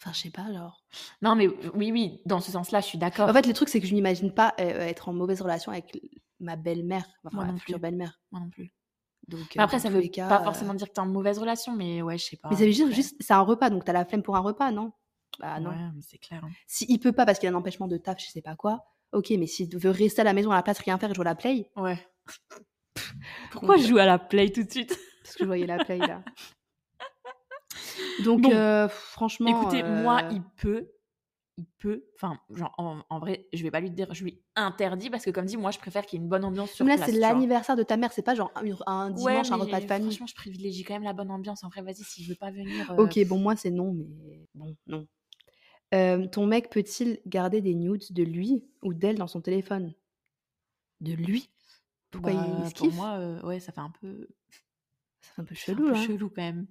S1: Enfin, je sais pas, genre.
S2: Non mais oui oui, dans ce sens-là, je suis d'accord.
S1: En fait, le truc, c'est que je m'imagine pas euh, être en mauvaise relation avec l- ma belle-mère, enfin,
S2: Moi
S1: ma
S2: non
S1: future
S2: plus.
S1: belle-mère.
S2: moi non plus.
S1: Donc,
S2: Mais
S1: euh,
S2: après
S1: dans
S2: ça
S1: tous
S2: veut
S1: les cas,
S2: pas
S1: euh,
S2: forcément hein, dire que t'es en mauvaise relation, mais ouais, je sais pas.
S1: Mais ça veut dire
S2: Ouais.
S1: juste, c'est un repas, donc t'as la flemme pour un repas, non Bah non.
S2: Ouais, mais c'est clair. hein.
S1: S'il peut pas parce qu'il a un empêchement de taf, je sais pas quoi. Ok, mais s'il veut rester à la maison à la place, rien faire et jouer à la play,
S2: Ouais. Pourquoi
S1: euh,
S2: je joue à la play tout de suite
S1: parce que je voyais la play là. Donc,
S2: Bon.
S1: euh, franchement.
S2: Écoutez, moi,
S1: euh,
S2: il peut, il peut. Enfin, genre, en, en vrai, je vais pas lui dire, je lui interdis parce que comme dit, moi, je préfère qu'il y ait une bonne ambiance sur
S1: Mais là,
S2: place.
S1: c'est
S2: tu vois.
S1: l'anniversaire de ta mère, c'est pas genre un, un
S2: Ouais,
S1: dimanche, un
S2: mais
S1: repas de famille.
S2: Franchement, je privilégie quand même la bonne ambiance. En vrai, vas-y, s'il veut pas venir. euh,
S1: Ok, bon, moi, c'est non, mais bon, non. Euh, ton mec peut-il garder des nudes de lui ou d'elle dans son téléphone De lui Pourquoi il
S2: bah,
S1: se
S2: Pour euh,
S1: kiffe
S2: moi, euh, ouais, ça fait un peu.
S1: Ça C'est un peu
S2: C'est un peu
S1: chelou. hein.
S2: chelou quand même.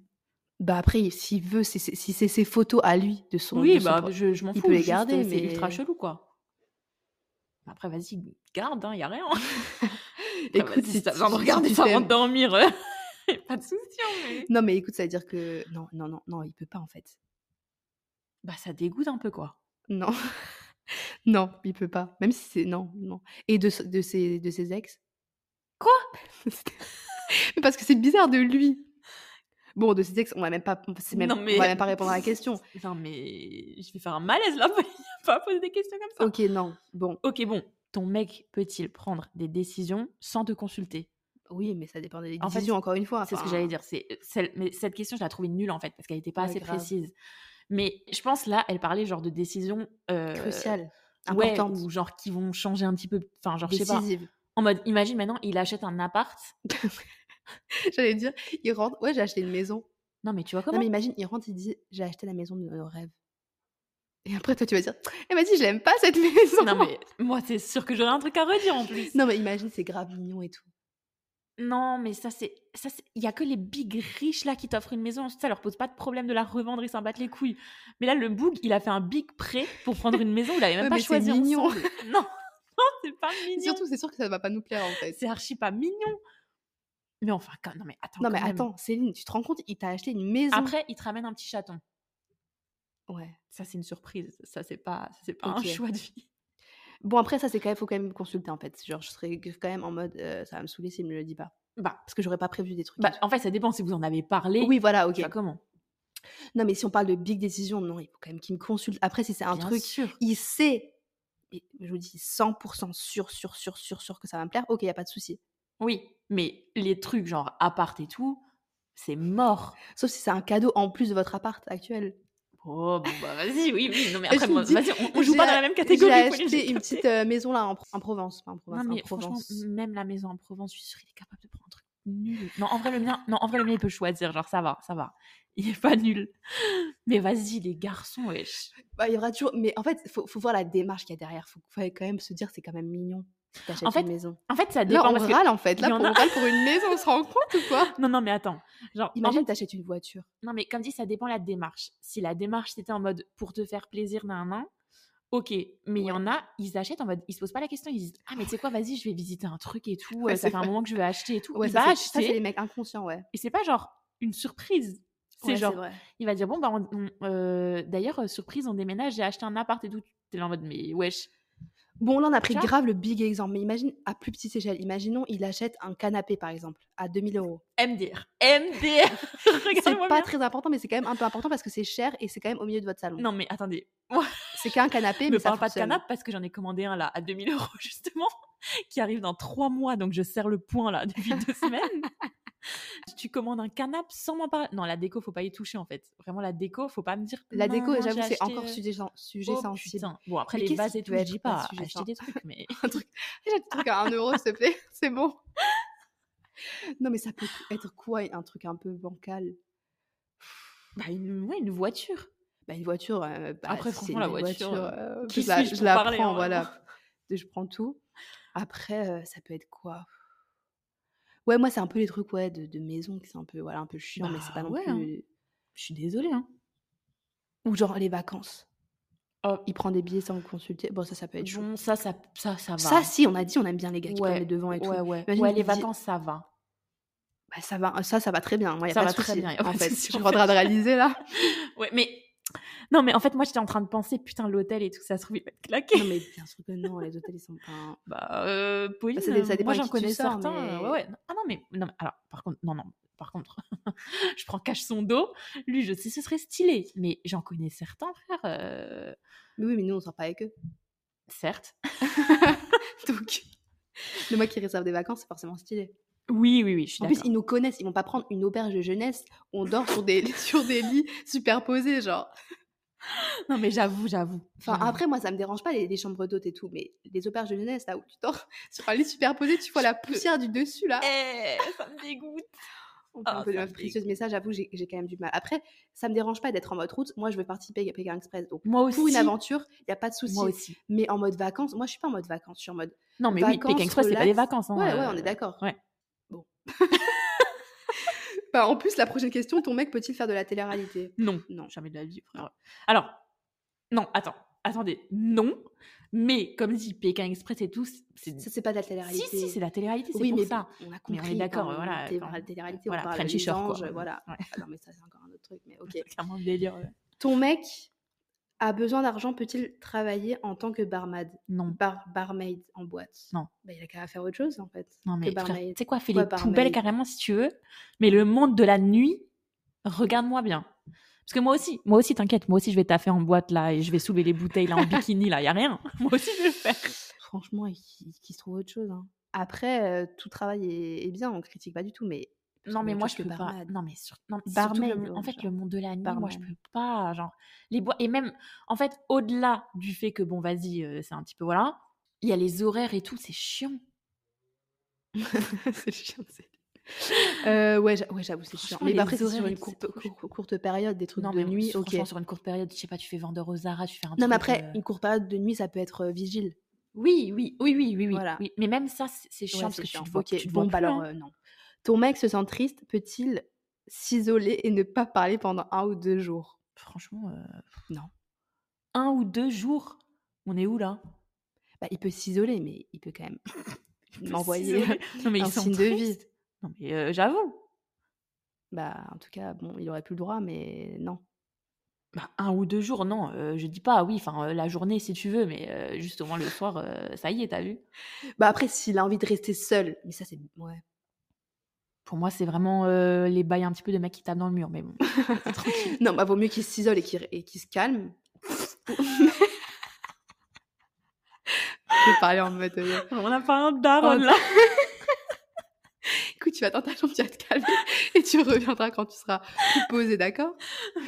S1: Bah après, s'il veut, c'est- c'est- si c'est ses photos à lui de son.
S2: oui,
S1: de son
S2: bah,
S1: pro-
S2: je, je m'en
S1: il
S2: fous.
S1: peut les
S2: juste,
S1: garder,
S2: euh,
S1: mais-
S2: C'est ultra chelou, quoi. Après, vas-y, garde, hein, y a rien. Écoute,
S1: Écoute,
S2: Ah bah, si
S1: si
S2: t'as
S1: tu-
S2: besoin de
S1: si
S2: regarder
S1: tu
S2: ça avant de
S1: t'aimes.
S2: dormir, euh, pas de soucis. hein, mais-
S1: Non, mais écoute, ça veut dire que non, non, non, non, il peut pas en fait.
S2: Bah, ça dégoûte un peu, quoi.
S1: Non, non, il peut pas. Même si c'est non, non. Et de, ce- de ses de ses ex.
S2: Quoi
S1: Mais parce que c'est bizarre de lui. Bon, de ses ex, on va même pas, c'est même,
S2: Non, mais-
S1: on va même pas répondre à la question.
S2: Enfin, mais je vais faire un malaise là, pas poser des questions comme ça.
S1: Ok, non. Bon,
S2: Ok, bon, ton mec peut-il prendre des décisions sans te consulter
S1: oui, mais ça dépend des
S2: En fait,
S1: décisions. encore une fois,
S2: C'est ce que
S1: enfin,
S2: j'allais dire. C'est celle, mais cette question, je la trouvais nulle en fait parce qu'elle n'était pas
S1: Ouais,
S2: assez
S1: grave.
S2: précise. Mais je pense là, elle parlait genre de décisions euh,
S1: Crucial,
S2: ouais,
S1: important,
S2: ou genre qui vont changer un petit peu. Enfin, genre je sais pas.
S1: décisive.
S2: En mode, imagine maintenant, il achète un appart.
S1: J'allais dire, il rentre. Ouais, j'ai acheté une maison.
S2: Non, mais tu vois
S1: Non,
S2: comment
S1: mais imagine, il rentre, il dit J'ai acheté la maison de nos rêves. Et après, toi, tu vas dire Eh, vas-y, je l'aime pas cette maison.
S2: Non, mais moi, c'est sûr que j'aurais un truc à redire en plus.
S1: Non, mais imagine, c'est grave mignon et tout.
S2: Non, mais ça, c'est. ça c'est- Il y a que les big riches là qui t'offrent une maison. Ça leur pose pas de problème de la revendre, ils s'en battent les couilles. Mais là, le boug, il a fait un big prêt pour prendre une maison, il avait même
S1: Ouais,
S2: pas
S1: mais c'est
S2: choisi.
S1: mignon.
S2: ensemble. Non, non, c'est pas
S1: Et
S2: mignon.
S1: surtout, c'est sûr que ça va pas nous plaire en fait.
S2: c'est archi pas mignon. Mais enfin, quand... non, mais attends.
S1: Non, mais
S2: quand même.
S1: attends, Céline, tu te rends compte Il t'a acheté une maison.
S2: Après, il te ramène un petit chaton.
S1: Ouais.
S2: Ça, c'est une surprise. Ça, c'est pas, ça, c'est pas
S1: Ok.
S2: un choix de vie.
S1: Bon, après, ça, c'est quand même, faut quand même consulter en fait. Genre, je serais quand même en mode euh, Ça va me saouler s'il me le dit pas.
S2: Bah,
S1: Parce que j'aurais pas prévu des trucs.
S2: bah, en fait, ça dépend si vous en avez parlé.
S1: oui, voilà, ok.
S2: tu vois comment
S1: Non, mais si on parle de big décision, non, il faut quand même qu'il me consulte. Après, si c'est un
S2: Bien
S1: truc
S2: sûr.
S1: il sait, et je vous dis 100% sûr, sûr, sûr, sûr, sûr que ça va me plaire, ok, il a pas de souci.
S2: Oui, mais les trucs genre appart et tout, c'est mort.
S1: Sauf si c'est un cadeau en plus de votre appart actuel.
S2: Oh, bon, bah vas-y, oui, oui. Non, mais
S1: Je
S2: après,
S1: vous
S2: moi,
S1: dis,
S2: vas-y, on, on joue
S1: j'ai
S2: pas dans
S1: a-
S2: la même catégorie.
S1: J'ai
S2: faut les
S1: acheté
S2: jeter.
S1: une petite euh, maison là en, Pro- en Provence. Pas en Provence,
S2: Non,
S1: en
S2: mais franchement,
S1: Provence.
S2: même la maison en Provence, je suis sûre qu'il est capable de prendre un truc nul. Non, en vrai, le mien, non, en vrai, le mien, il peut choisir. Genre, ça va, ça va. Il est pas nul. Mais vas-y, les garçons, wesh.
S1: Bah, il y aura toujours. Mais en fait, faut, faut voir la démarche qu'il y a derrière. Faut, faut quand même se dire, c'est quand même mignon. si T'achètes
S2: En fait,
S1: une maison.
S2: En fait, ça dépend.
S1: Là, on
S2: parce que-
S1: râle en fait. Là,
S2: il y en
S1: pour-
S2: a-
S1: on râle pour une maison, on se rend compte ou quoi
S2: Non, non, mais attends. Genre, en
S1: Imagine,
S2: fait-
S1: t'achètes une voiture.
S2: non, mais comme dit, ça dépend la démarche. Si la démarche, c'était en mode pour te faire plaisir, nan, nan, ok. Mais il
S1: Ouais.
S2: y en a, ils achètent en mode, ils se posent pas la question, ils disent, ah, mais tu sais quoi, vas-y, je vais visiter un truc et tout. euh,
S1: Ouais,
S2: ça
S1: c'est
S2: fait un
S1: vrai.
S2: moment que je veux acheter et tout.
S1: Ouais,
S2: il
S1: ça,
S2: va
S1: c'est- ça, c'est
S2: acheter.
S1: les mecs inconscients, ouais.
S2: Et c'est pas genre une surprise. C'est
S1: Ouais,
S2: genre,
S1: vrai.
S2: il va dire, bon, bah, on- on, euh, d'ailleurs, euh, surprise, on déménage, j'ai acheté un appart et tout. T'es là en mode, mais wesh.
S1: Bon, là, on a pris
S2: Tu vois
S1: grave le big exemple, mais imagine à plus petite échelle. Imaginons, il achète un canapé, par exemple, à 2000 euros.
S2: MDR. MDR.
S1: C'est
S2: Regarde-moi
S1: pas
S2: bien.
S1: très important, mais c'est quand même un peu important parce que c'est cher et c'est quand même au milieu de votre salon.
S2: Non, mais attendez.
S1: C'est qu'un canapé, mais,
S2: me
S1: ça
S2: parle pas de
S1: fonctionne.
S2: canapé parce que j'en ai commandé un là à 2000 euros justement qui arrive dans trois mois donc je serre le point là depuis deux semaines. tu commandes un canapé sans m'en parler. Non la déco faut pas y toucher en fait. Vraiment la déco faut pas me dire.
S1: La
S2: non,
S1: déco,
S2: non,
S1: j'avoue,
S2: j'ai
S1: c'est
S2: acheté,
S1: encore
S2: euh,
S1: sujet, sen- sujet
S2: oh,
S1: sensible.
S2: putain. Bon après
S1: Mais
S2: les
S1: qu'est-ce
S2: vases
S1: qui
S2: et tout
S1: peut
S2: je
S1: être
S2: dis
S1: pas
S2: pas
S1: sujet
S2: acheter
S1: sen-
S2: des trucs mais
S1: Un truc, j'ai un truc à 1 euro, s'il te plaît, c'est bon. Non, mais ça peut être quoi Un truc un peu bancal
S2: bah une, ouais, une voiture.
S1: bah, Une voiture. euh, bah,
S2: Après,
S1: si c'est
S2: franchement, la
S1: une
S2: voiture,
S1: euh,
S2: qui
S1: je la,
S2: suis-je
S1: je
S2: pour
S1: la
S2: parler,
S1: prends,
S2: hein, vraiment
S1: voilà. Je prends tout. Après, euh, ça peut être quoi Ouais, moi, c'est un peu les trucs ouais, de, de maison qui sont un peu, voilà, un peu chiant, mais c'est
S2: Bah,
S1: pas non
S2: ouais, hein.
S1: plus.
S2: Je suis désolée hein.
S1: Ou genre les vacances.
S2: Oh.
S1: Il prend des billets sans le consulter. Bon, ça, ça peut être chaud.
S2: Bon ça ça ça ça va.
S1: Ça, si, on a dit, on aime bien les gars qui prennent
S2: Ouais,
S1: les devants et tout.
S2: ouais ouais
S1: Imagine,
S2: ouais
S1: il
S2: les
S1: dit-
S2: vacances ça va.
S1: Bah, ça, va, ça, ça va très bien. Moi, y a
S2: Ça
S1: pas
S2: va
S1: de
S2: très
S1: souci,
S2: bien, y a pas
S1: en
S2: de
S1: fait,
S2: souci,
S1: je
S2: en
S1: suis en train de réaliser là.
S2: Ouais, mais non, mais en fait, moi, j'étais en train de penser, putain, l'hôtel et tout, ça se trouve, il va te
S1: Non,
S2: claquer.
S1: mais bien sûr que non, les hôtels, ils sont pas. hein.
S2: Bah, euh, Pauline,
S1: ça dé- ça
S2: euh,
S1: dépend
S2: moi,
S1: avec qui
S2: j'en
S1: tu
S2: connais
S1: sors,
S2: certains. euh, Ouais,
S1: mais-
S2: ouais. Ah non, mais non, mais alors, par contre, non, non, par contre, je prends cache son dos. Lui, je sais, ce serait stylé, mais j'en connais certains, frère. euh,
S1: Mais oui, mais nous, on sort pas avec eux.
S2: Certes.
S1: Donc, le mec qui réserve des vacances, c'est forcément stylé.
S2: Oui, oui, oui, je suis
S1: En plus,
S2: d'accord.
S1: ils nous connaissent, ils vont pas prendre une auberge de jeunesse où on dort sur des, sur des lits superposés, genre.
S2: Non, mais j'avoue, j'avoue.
S1: Enfin,
S2: j'avoue.
S1: après, moi, ça me dérange pas les, les chambres d'hôtes et tout, mais les auberges de jeunesse, là où tu dors sur un lit superposé, tu vois la poussière du dessus, là.
S2: Eh, ça me dégoûte.
S1: On parle
S2: Ah,
S1: un peu de
S2: ça
S1: meuf
S2: me
S1: précieuse, mais ça, j'avoue, j'ai j'ai quand même du mal. Après, ça me dérange pas d'être en mode route. Moi, je veux participer à Pékin Express. Donc,
S2: Moi aussi.
S1: pour une aventure, il n'y a pas de souci.
S2: Moi aussi.
S1: Mais en mode vacances, moi, je suis pas en mode vacances, je suis en mode.
S2: Non, mais oui,
S1: Vacances,
S2: hein, Pékin Express, c'est pas des
S1: relax.
S2: vacances. hein,
S1: Ouais, ouais, on
S2: euh,
S1: est d'accord.
S2: ouais.
S1: Bon. Enfin, Bah, en plus, la prochaine question, ton mec peut-il faire de la télé-réalité
S2: Non.
S1: Non.
S2: Jamais de la vie, frère. Alors, non, attends. Attendez, non. Mais comme dit Pékin Express et tout, c'est.
S1: Ça, c'est pas de la
S2: Si,
S1: télé-réalité.
S2: si, c'est la télé-réalité, c'est
S1: Oui,
S2: pour
S1: mais
S2: ça.
S1: on a
S2: Mais
S1: compris.
S2: on est d'accord,
S1: hein,
S2: voilà.
S1: télé-
S2: enfin,
S1: la télé-réalité,
S2: voilà,
S1: on parle
S2: Frenchy
S1: des
S2: Shore,
S1: anges,
S2: quoi.
S1: voilà.
S2: Ouais.
S1: Ah non, mais ça, c'est encore un autre truc, mais ok.
S2: C'est clairement le délire. ouais.
S1: Ton mec a besoin d'argent, peut-il travailler en tant que barmaid
S2: Non.
S1: Bar barmaid en boîte
S2: Non.
S1: Bah, il a qu'à faire autre chose, en fait.
S2: Non, mais
S1: que
S2: frère, tu
S1: barmaid.
S2: sais quoi, fais
S1: Ouais,
S2: les
S1: barmaid.
S2: poubelles carrément si tu veux, mais le monde de la nuit, regarde-moi bien. Parce que moi aussi, moi aussi, t'inquiète, moi aussi je vais taffer en boîte là et je vais soulever les bouteilles là en bikini là, y a rien. Moi aussi je vais le faire.
S1: Franchement, il, il- qu'il se trouve autre chose. hein. Après, euh, tout travail est, est bien, on critique pas du tout, mais
S2: Non mais
S1: Mais
S2: moi
S1: qu'est-ce
S2: je peux
S1: que
S2: pas.
S1: barmaid
S2: Non mais sur- non, mais surtout,
S1: Barmaid,
S2: le-
S1: ouais,
S2: en fait
S1: genre.
S2: le monde de la nuit, moi je
S1: Barman.
S2: peux pas. Genre les bois et même en fait au-delà du fait que bon vas-y euh, c'est un petit peu voilà, il y a les horaires et tout, c'est chiant.
S1: c'est chiant, c'est. Euh, ouais, j'a- ouais, j'avoue, c'est chiant.
S2: Franchement,
S1: Mais
S2: les
S1: bah, après, c'est sur
S2: horaires,
S1: une
S2: c'est
S1: courte,
S2: trop chiant.
S1: cour- courte période, des trucs
S2: non
S1: de
S2: mais
S1: nuit, ok.
S2: franchement sur une courte période, je sais pas, tu fais vendeur au Zara, tu fais un.
S1: Non, mais
S2: truc,
S1: après,
S2: euh,
S1: une courte période de nuit, ça peut être euh, vigile.
S2: Oui, oui, oui, oui, oui, oui.
S1: Voilà.
S2: oui. Mais même ça, c'est c'est chiant
S1: Ouais,
S2: parce
S1: c'est
S2: que
S1: chiant.
S2: tu te vois,
S1: Ok,
S2: tu te
S1: bon,
S2: vois
S1: bah
S2: plus,
S1: alors,
S2: hein.
S1: euh, non. Ton mec se sent triste, peut-il s'isoler et ne pas parler pendant un ou deux jours
S2: Franchement, euh,
S1: Non.
S2: Un ou deux jours, on est où là
S1: Bah, il peut s'isoler, mais il peut quand même
S2: peut
S1: m'envoyer euh,
S2: s'isoler. Non mais
S1: un
S2: ils sont
S1: signe de vie.
S2: tristes. Non mais euh, j'avoue.
S1: Bah, en tout cas, bon, il aurait plus le droit, mais non.
S2: Bah, un ou deux jours, non. euh, je dis pas, oui, enfin euh, la journée si tu veux, mais euh, juste au moins le soir, euh, ça y est, t'as vu.
S1: Bah, après, s'il a envie de rester seul, mais ça, c'est. Ouais.
S2: Pour moi, c'est vraiment euh, les bails un petit peu de mecs qui tapent dans le mur, mais bon. c'est tranquille.
S1: Non, bah, vaut mieux qu'il s'isole et qu'il et qu'il se calme. Je vais parler en mode. euh,
S2: On a pas un daron
S1: Oh,
S2: là.
S1: Écoute, tu vas dans ta chambre, tu vas te calmer et tu reviendras quand tu seras plus posé, d'accord Oh,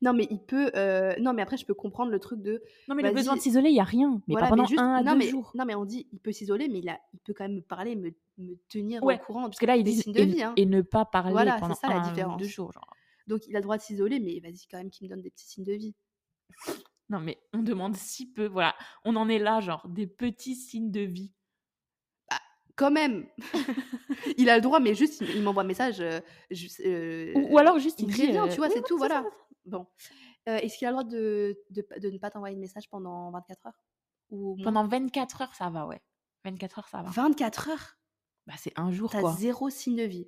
S1: Non, mais il peut. euh, Non, mais après, je peux comprendre le truc de.
S2: non mais le
S1: Vas-y.
S2: besoin de s'isoler, il y a rien. Mais
S1: voilà,
S2: pas pendant
S1: juste-
S2: un à
S1: non,
S2: deux
S1: mais...
S2: jours.
S1: Non, mais on dit, il peut s'isoler, mais il, a... il peut quand même me parler, me, me tenir
S2: Ouais,
S1: au courant.
S2: Parce que là, ils
S1: Des
S2: disent
S1: signes de
S2: et,
S1: vie, hein.
S2: et ne pas parler
S1: Voilà, c'est
S2: pendant
S1: ça, la
S2: un ou
S1: différence.
S2: deux jours. Genre.
S1: Donc, il a le droit de s'isoler, mais vas-y, quand même, qu'il me donne des petits signes de vie.
S2: Non, mais on demande si peu. Voilà, on en est là, genre des petits signes de vie.
S1: Quand même Il a le droit, mais juste, il il m'envoie un message. euh, je- euh,
S2: Ou, ou alors juste,
S1: il
S2: il
S1: me
S2: dit,
S1: prévient,
S2: euh,
S1: tu vois,
S2: oui,
S1: c'est
S2: oui,
S1: tout,
S2: ça,
S1: voilà. Bon. Euh, Est-ce qu'il a le droit de, de, de ne pas t'envoyer de message pendant 24 heures Ou au
S2: ça.
S1: moins
S2: Pendant 24 heures, ça va, ouais. 24 heures, ça va.
S1: 24 heures
S2: Bah, c'est un jour,
S1: T'as
S2: quoi.
S1: zéro signe de vie.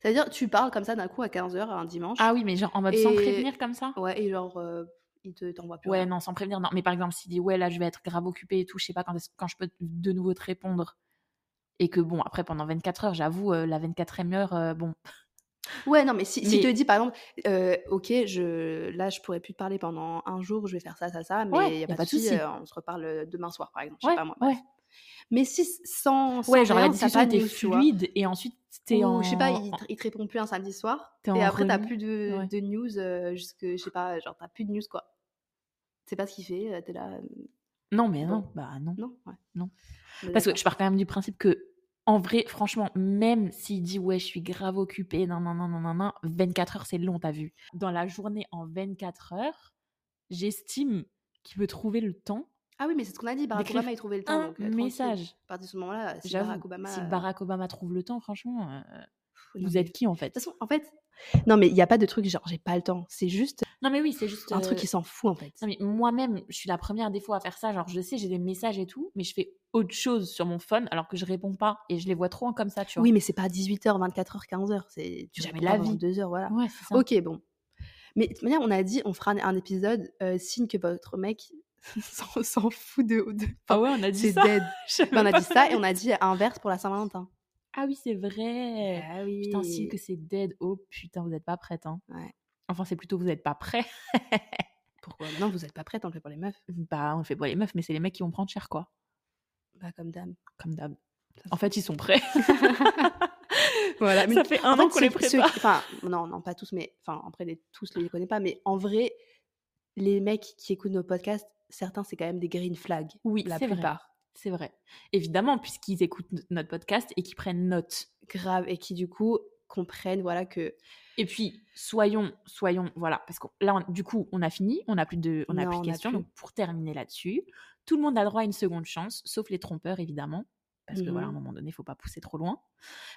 S1: C'est-à-dire, tu parles comme ça d'un coup à 15h un dimanche.
S2: Ah oui, mais genre en mode sans
S1: Et-
S2: prévenir comme ça
S1: Ouais, et genre, euh, il te t'envoie plus.
S2: Ouais,
S1: rien.
S2: non, sans prévenir. Non, mais par exemple, s'il dit, ouais, là, je vais être grave occupé et tout, je sais pas quand, est-ce- quand je peux de nouveau te répondre. Et que bon, après, pendant 24 heures, j'avoue, euh, la 24e heure, euh, bon.
S1: Ouais, non, mais si, si
S2: Mais-
S1: te dit par exemple, euh, ok, je, là, je pourrais plus te parler pendant un jour, je vais faire ça, ça, ça, mais il
S2: Ouais,
S1: n'y a, pas de souci, euh, on se reparle demain soir, par exemple. Je
S2: Ouais,
S1: sais pas moi.
S2: ouais.
S1: Mais si c- sans. sans
S2: ouais, genre la
S1: rien, ça
S2: discussion était
S1: t'anime, tu vois.
S2: fluide et ensuite, t'es
S1: Ou,
S2: en.
S1: je sais pas, il, te- il te répond plus un samedi soir,
S2: T'es
S1: et
S2: en
S1: après, t'as
S2: remis,
S1: plus de,
S2: ouais.
S1: de news, euh, jusque, je sais pas, genre, t'as plus de news, quoi. C'est pas ce qu'il fait, euh, t'es là. euh,
S2: Non, mais non,
S1: Bon.
S2: bah non.
S1: Non, ouais.
S2: Non.
S1: On est
S2: Parce que
S1: d'accord.
S2: je pars quand même du principe que, en vrai, franchement, même s'il dit ouais, je suis grave occupé, non, non, non, non, non, non, 24 heures, c'est long, t'as vu. Dans la journée en 24 heures, j'estime qu'il peut trouver le temps.
S1: Ah oui, mais c'est ce qu'on a dit, Barack
S2: D'écrire
S1: Obama, il trouvait le temps.
S2: Un
S1: donc, euh, tranquille.
S2: message.
S1: À partir de ce moment-là, si
S2: J'avoue,
S1: Barack Obama.
S2: si
S1: euh,
S2: Barack Obama trouve le temps, franchement, euh,
S1: pff, non,
S2: vous
S1: mais-
S2: êtes qui en
S1: De
S2: fait
S1: toute façon, en fait, non, mais il n'y a pas de truc genre j'ai pas le temps. C'est juste
S2: Non, mais oui, c'est juste
S1: un truc
S2: euh,
S1: qui s'en fout en fait.
S2: Non, mais moi-même, je suis la première des fois à faire ça. Genre, je sais, j'ai des messages et tout, mais je fais autre chose sur mon phone alors que je réponds pas et je les vois trop en comme ça, tu vois.
S1: Oui, mais c'est pas 18h, 24h, 15h. C'est tu jamais
S2: Jamais de la
S1: la
S2: vie.
S1: vie. 2h, voilà.
S2: Ouais, c'est ça.
S1: Ok, bon. Mais de toute manière, on a dit, on fera un, un épisode euh, signe que votre mec s'en s'en fout de. de...
S2: Ah ouais, on a dit
S1: c'est
S2: ça.
S1: dead.
S2: Je savais
S1: Mais on a
S2: pas.
S1: dit ça et on a dit inverse pour la Saint-Valentin.
S2: Ah oui, c'est vrai.
S1: Ah oui.
S2: Eh, Putain, signe que c'est dead. Oh putain, vous n'êtes pas prête. Hein.
S1: Ouais.
S2: Enfin, c'est plutôt vous n'êtes pas prêts.
S1: Pourquoi Non, vous n'êtes pas prête, on le fait pour les meufs.
S2: Bah, on le fait pour les meufs, mais c'est les mecs qui vont prendre cher, quoi.
S1: Bah, comme dame.
S2: Comme d'hab. En fait, ils sont prêts.
S1: voilà,
S2: ça fait
S1: En
S2: un an
S1: fait,
S2: qu'on les
S1: ceux- ceux-
S2: prépare.
S1: Enfin, non, non, pas tous, mais enfin, après, les, tous les connais pas, mais en vrai, les mecs qui écoutent nos podcasts, certains, c'est quand même des green flags,
S2: Oui,
S1: la
S2: c'est vrai.
S1: plupart.
S2: C'est vrai. Évidemment, puisqu'ils écoutent n- notre podcast et qu'ils prennent note.
S1: Grave, et qui du coup comprennent, voilà, que.
S2: Et puis, soyons, soyons, voilà, parce que là, on- du coup, on a fini, on n'a plus de, on n'a
S1: Non,
S2: plus
S1: on
S2: de
S1: n'a
S2: questions.
S1: plus.
S2: Donc, pour terminer là-dessus, tout le monde a droit à une seconde chance, sauf les trompeurs, évidemment, parce que
S1: Mhm.
S2: voilà, à un moment donné, il faut pas pousser trop loin.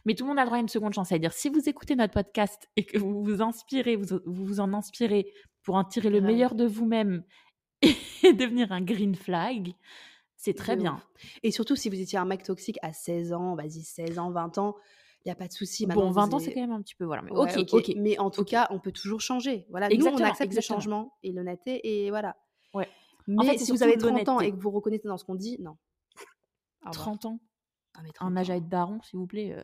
S2: Mais tout le monde a le droit à une seconde chance. C'est-à-dire, si vous écoutez notre podcast et que vous vous inspirez, vous vous, vous en inspirez pour en tirer le
S1: Grave.
S2: meilleur de vous-même et devenir un green flag, c'est très
S1: De
S2: bien.
S1: ouf. Et surtout, si vous étiez un mec toxique à 16 ans, vas-y, 16 ans, 20 ans, il n'y a pas de souci. maintenant,
S2: Bon,
S1: vous
S2: 20 ans,
S1: avez-
S2: c'est quand même un petit peu. Voilà. mais
S1: Ouais,
S2: ok, ok.
S1: Mais en tout
S2: ok.
S1: cas, on peut toujours changer. Voilà, nous,
S2: Exactement,
S1: on accepte
S2: exactement.
S1: le changement et l'honnêteté et voilà.
S2: Ouais.
S1: Mais
S2: En fait, c'est
S1: si vous
S2: surtout
S1: avez 30 ans
S2: l'honnêteté.
S1: et que vous reconnaissez dans ce qu'on dit, non. Au revoir.
S2: 30 ans,
S1: Ah, mais 30
S2: un âge
S1: ans,
S2: à être daron, s'il vous plaît. euh,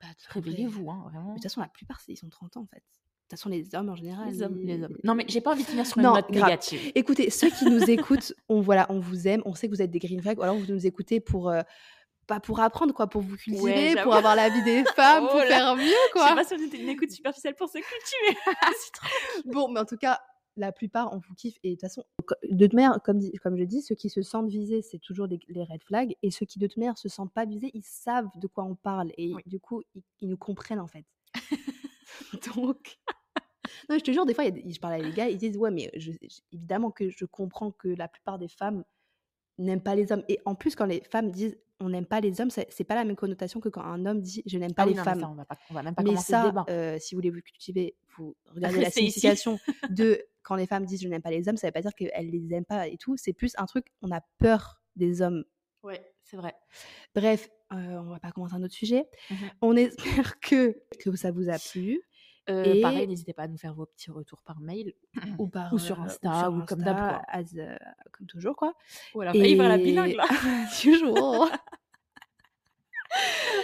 S1: pas de vrai.
S2: Réveillez-vous, hein,
S1: Mais
S2: vraiment.
S1: De toute façon, la plupart, c'est- ils sont 30 ans en fait. De toute façon, les hommes en général.
S2: Les hommes,
S1: ils-
S2: les hommes. Non, mais j'ai pas envie de finir sur une
S1: Non,
S2: note
S1: grave.
S2: négative.
S1: Écoutez, ceux qui nous écoutent, on, voilà, on vous aime, on sait que vous êtes des green flags, ou alors vous nous écoutez pour. euh, pas pour apprendre quoi, pour vous cultiver,
S2: j'avoue.
S1: pour avoir la vie des femmes,
S2: Oh
S1: pour
S2: là,
S1: faire mieux
S2: Je sais
S1: quoi.
S2: pas si on était une écoute superficielle pour se cultiver. C'est trop-
S1: Bon, mais en tout cas, la plupart, on vous kiffe. Et de toute façon, co- de toute manière, comme, dit- comme je dis, ceux qui se sentent visés, c'est toujours des, les red flags. Et ceux qui, de toute manière, se sentent pas visés, ils savent de quoi on parle. Et
S2: Oui.
S1: du coup, ils, ils nous comprennent, en fait. Donc. Non, mais je te jure, des fois, il y a des- je parle avec des gars, ils disent Ouais, mais je- je- évidemment que je comprends que la plupart des femmes n'aiment pas les hommes. Et en plus, quand les femmes disent On n'aime pas les hommes, c'est c'est pas la même connotation que quand un homme dit Je n'aime pas
S2: Ah oui,
S1: les
S2: non, mais
S1: femmes.
S2: ça, on, va pas- on va même pas
S1: Mais
S2: commencer
S1: ça,
S2: le débat.
S1: euh, si vous voulez vous cultiver, vous regardez la
S2: Restez ici.
S1: signification de quand les femmes disent je n'aime pas les hommes, ça veut pas dire qu'elles les aiment pas et tout. C'est plus un truc, on a peur des hommes.
S2: Ouais, c'est vrai.
S1: Bref, euh, on va pas commencer un autre sujet.
S2: Mhm.
S1: On espère que, que ça vous a plu.
S2: Euh,
S1: Et-
S2: Pareil, n'hésitez pas à nous faire vos petits retours par mail.
S1: Ou, par,
S2: Mmh. Ou sur
S1: euh,
S2: Insta, ou comme d'hab, quoi.
S1: as, euh, comme toujours, quoi.
S2: Ou alors, bah,
S1: Et-
S2: il va la bilingue là.
S1: Toujours.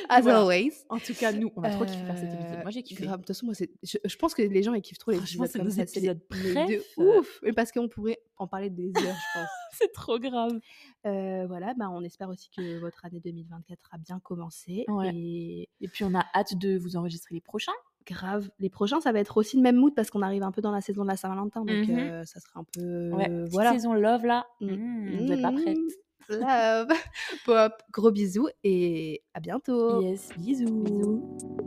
S1: As
S2: Voilà.
S1: always.
S2: En tout cas, nous, on a Bah, trop kiffé faire cet
S1: Euh,
S2: épisode. Moi, j'ai kiffé.
S1: grave. De toute façon, moi, c'est- je, je pense que les gens, ils kiffent trop les
S2: Franchement,
S1: épisodes
S2: c'est
S1: comme
S2: nos
S1: ça, c'est les-
S2: épisodes
S1: mais de
S2: préf.
S1: ouf Mais parce qu'on pourrait en parler des heures, je pense.
S2: C'est trop grave.
S1: Euh, voilà, bah, on espère aussi que votre année 2024 a bien commencé.
S2: Ouais.
S1: Et
S2: Et puis, on a hâte de vous enregistrer les prochains.
S1: grave, les prochains, ça va être aussi le même mood parce qu'on arrive un peu dans la saison de la Saint-Valentin. Donc,
S2: Mhm.
S1: euh, ça sera un peu...
S2: Ouais, petite
S1: voilà.
S2: saison love là.
S1: Mm.
S2: Mm, Euh, Vous êtes pas
S1: Mm.
S2: prête.
S1: Love. Pop. Gros bisous et à bientôt.
S2: Yes, Mmh. bisous.
S1: Bisous.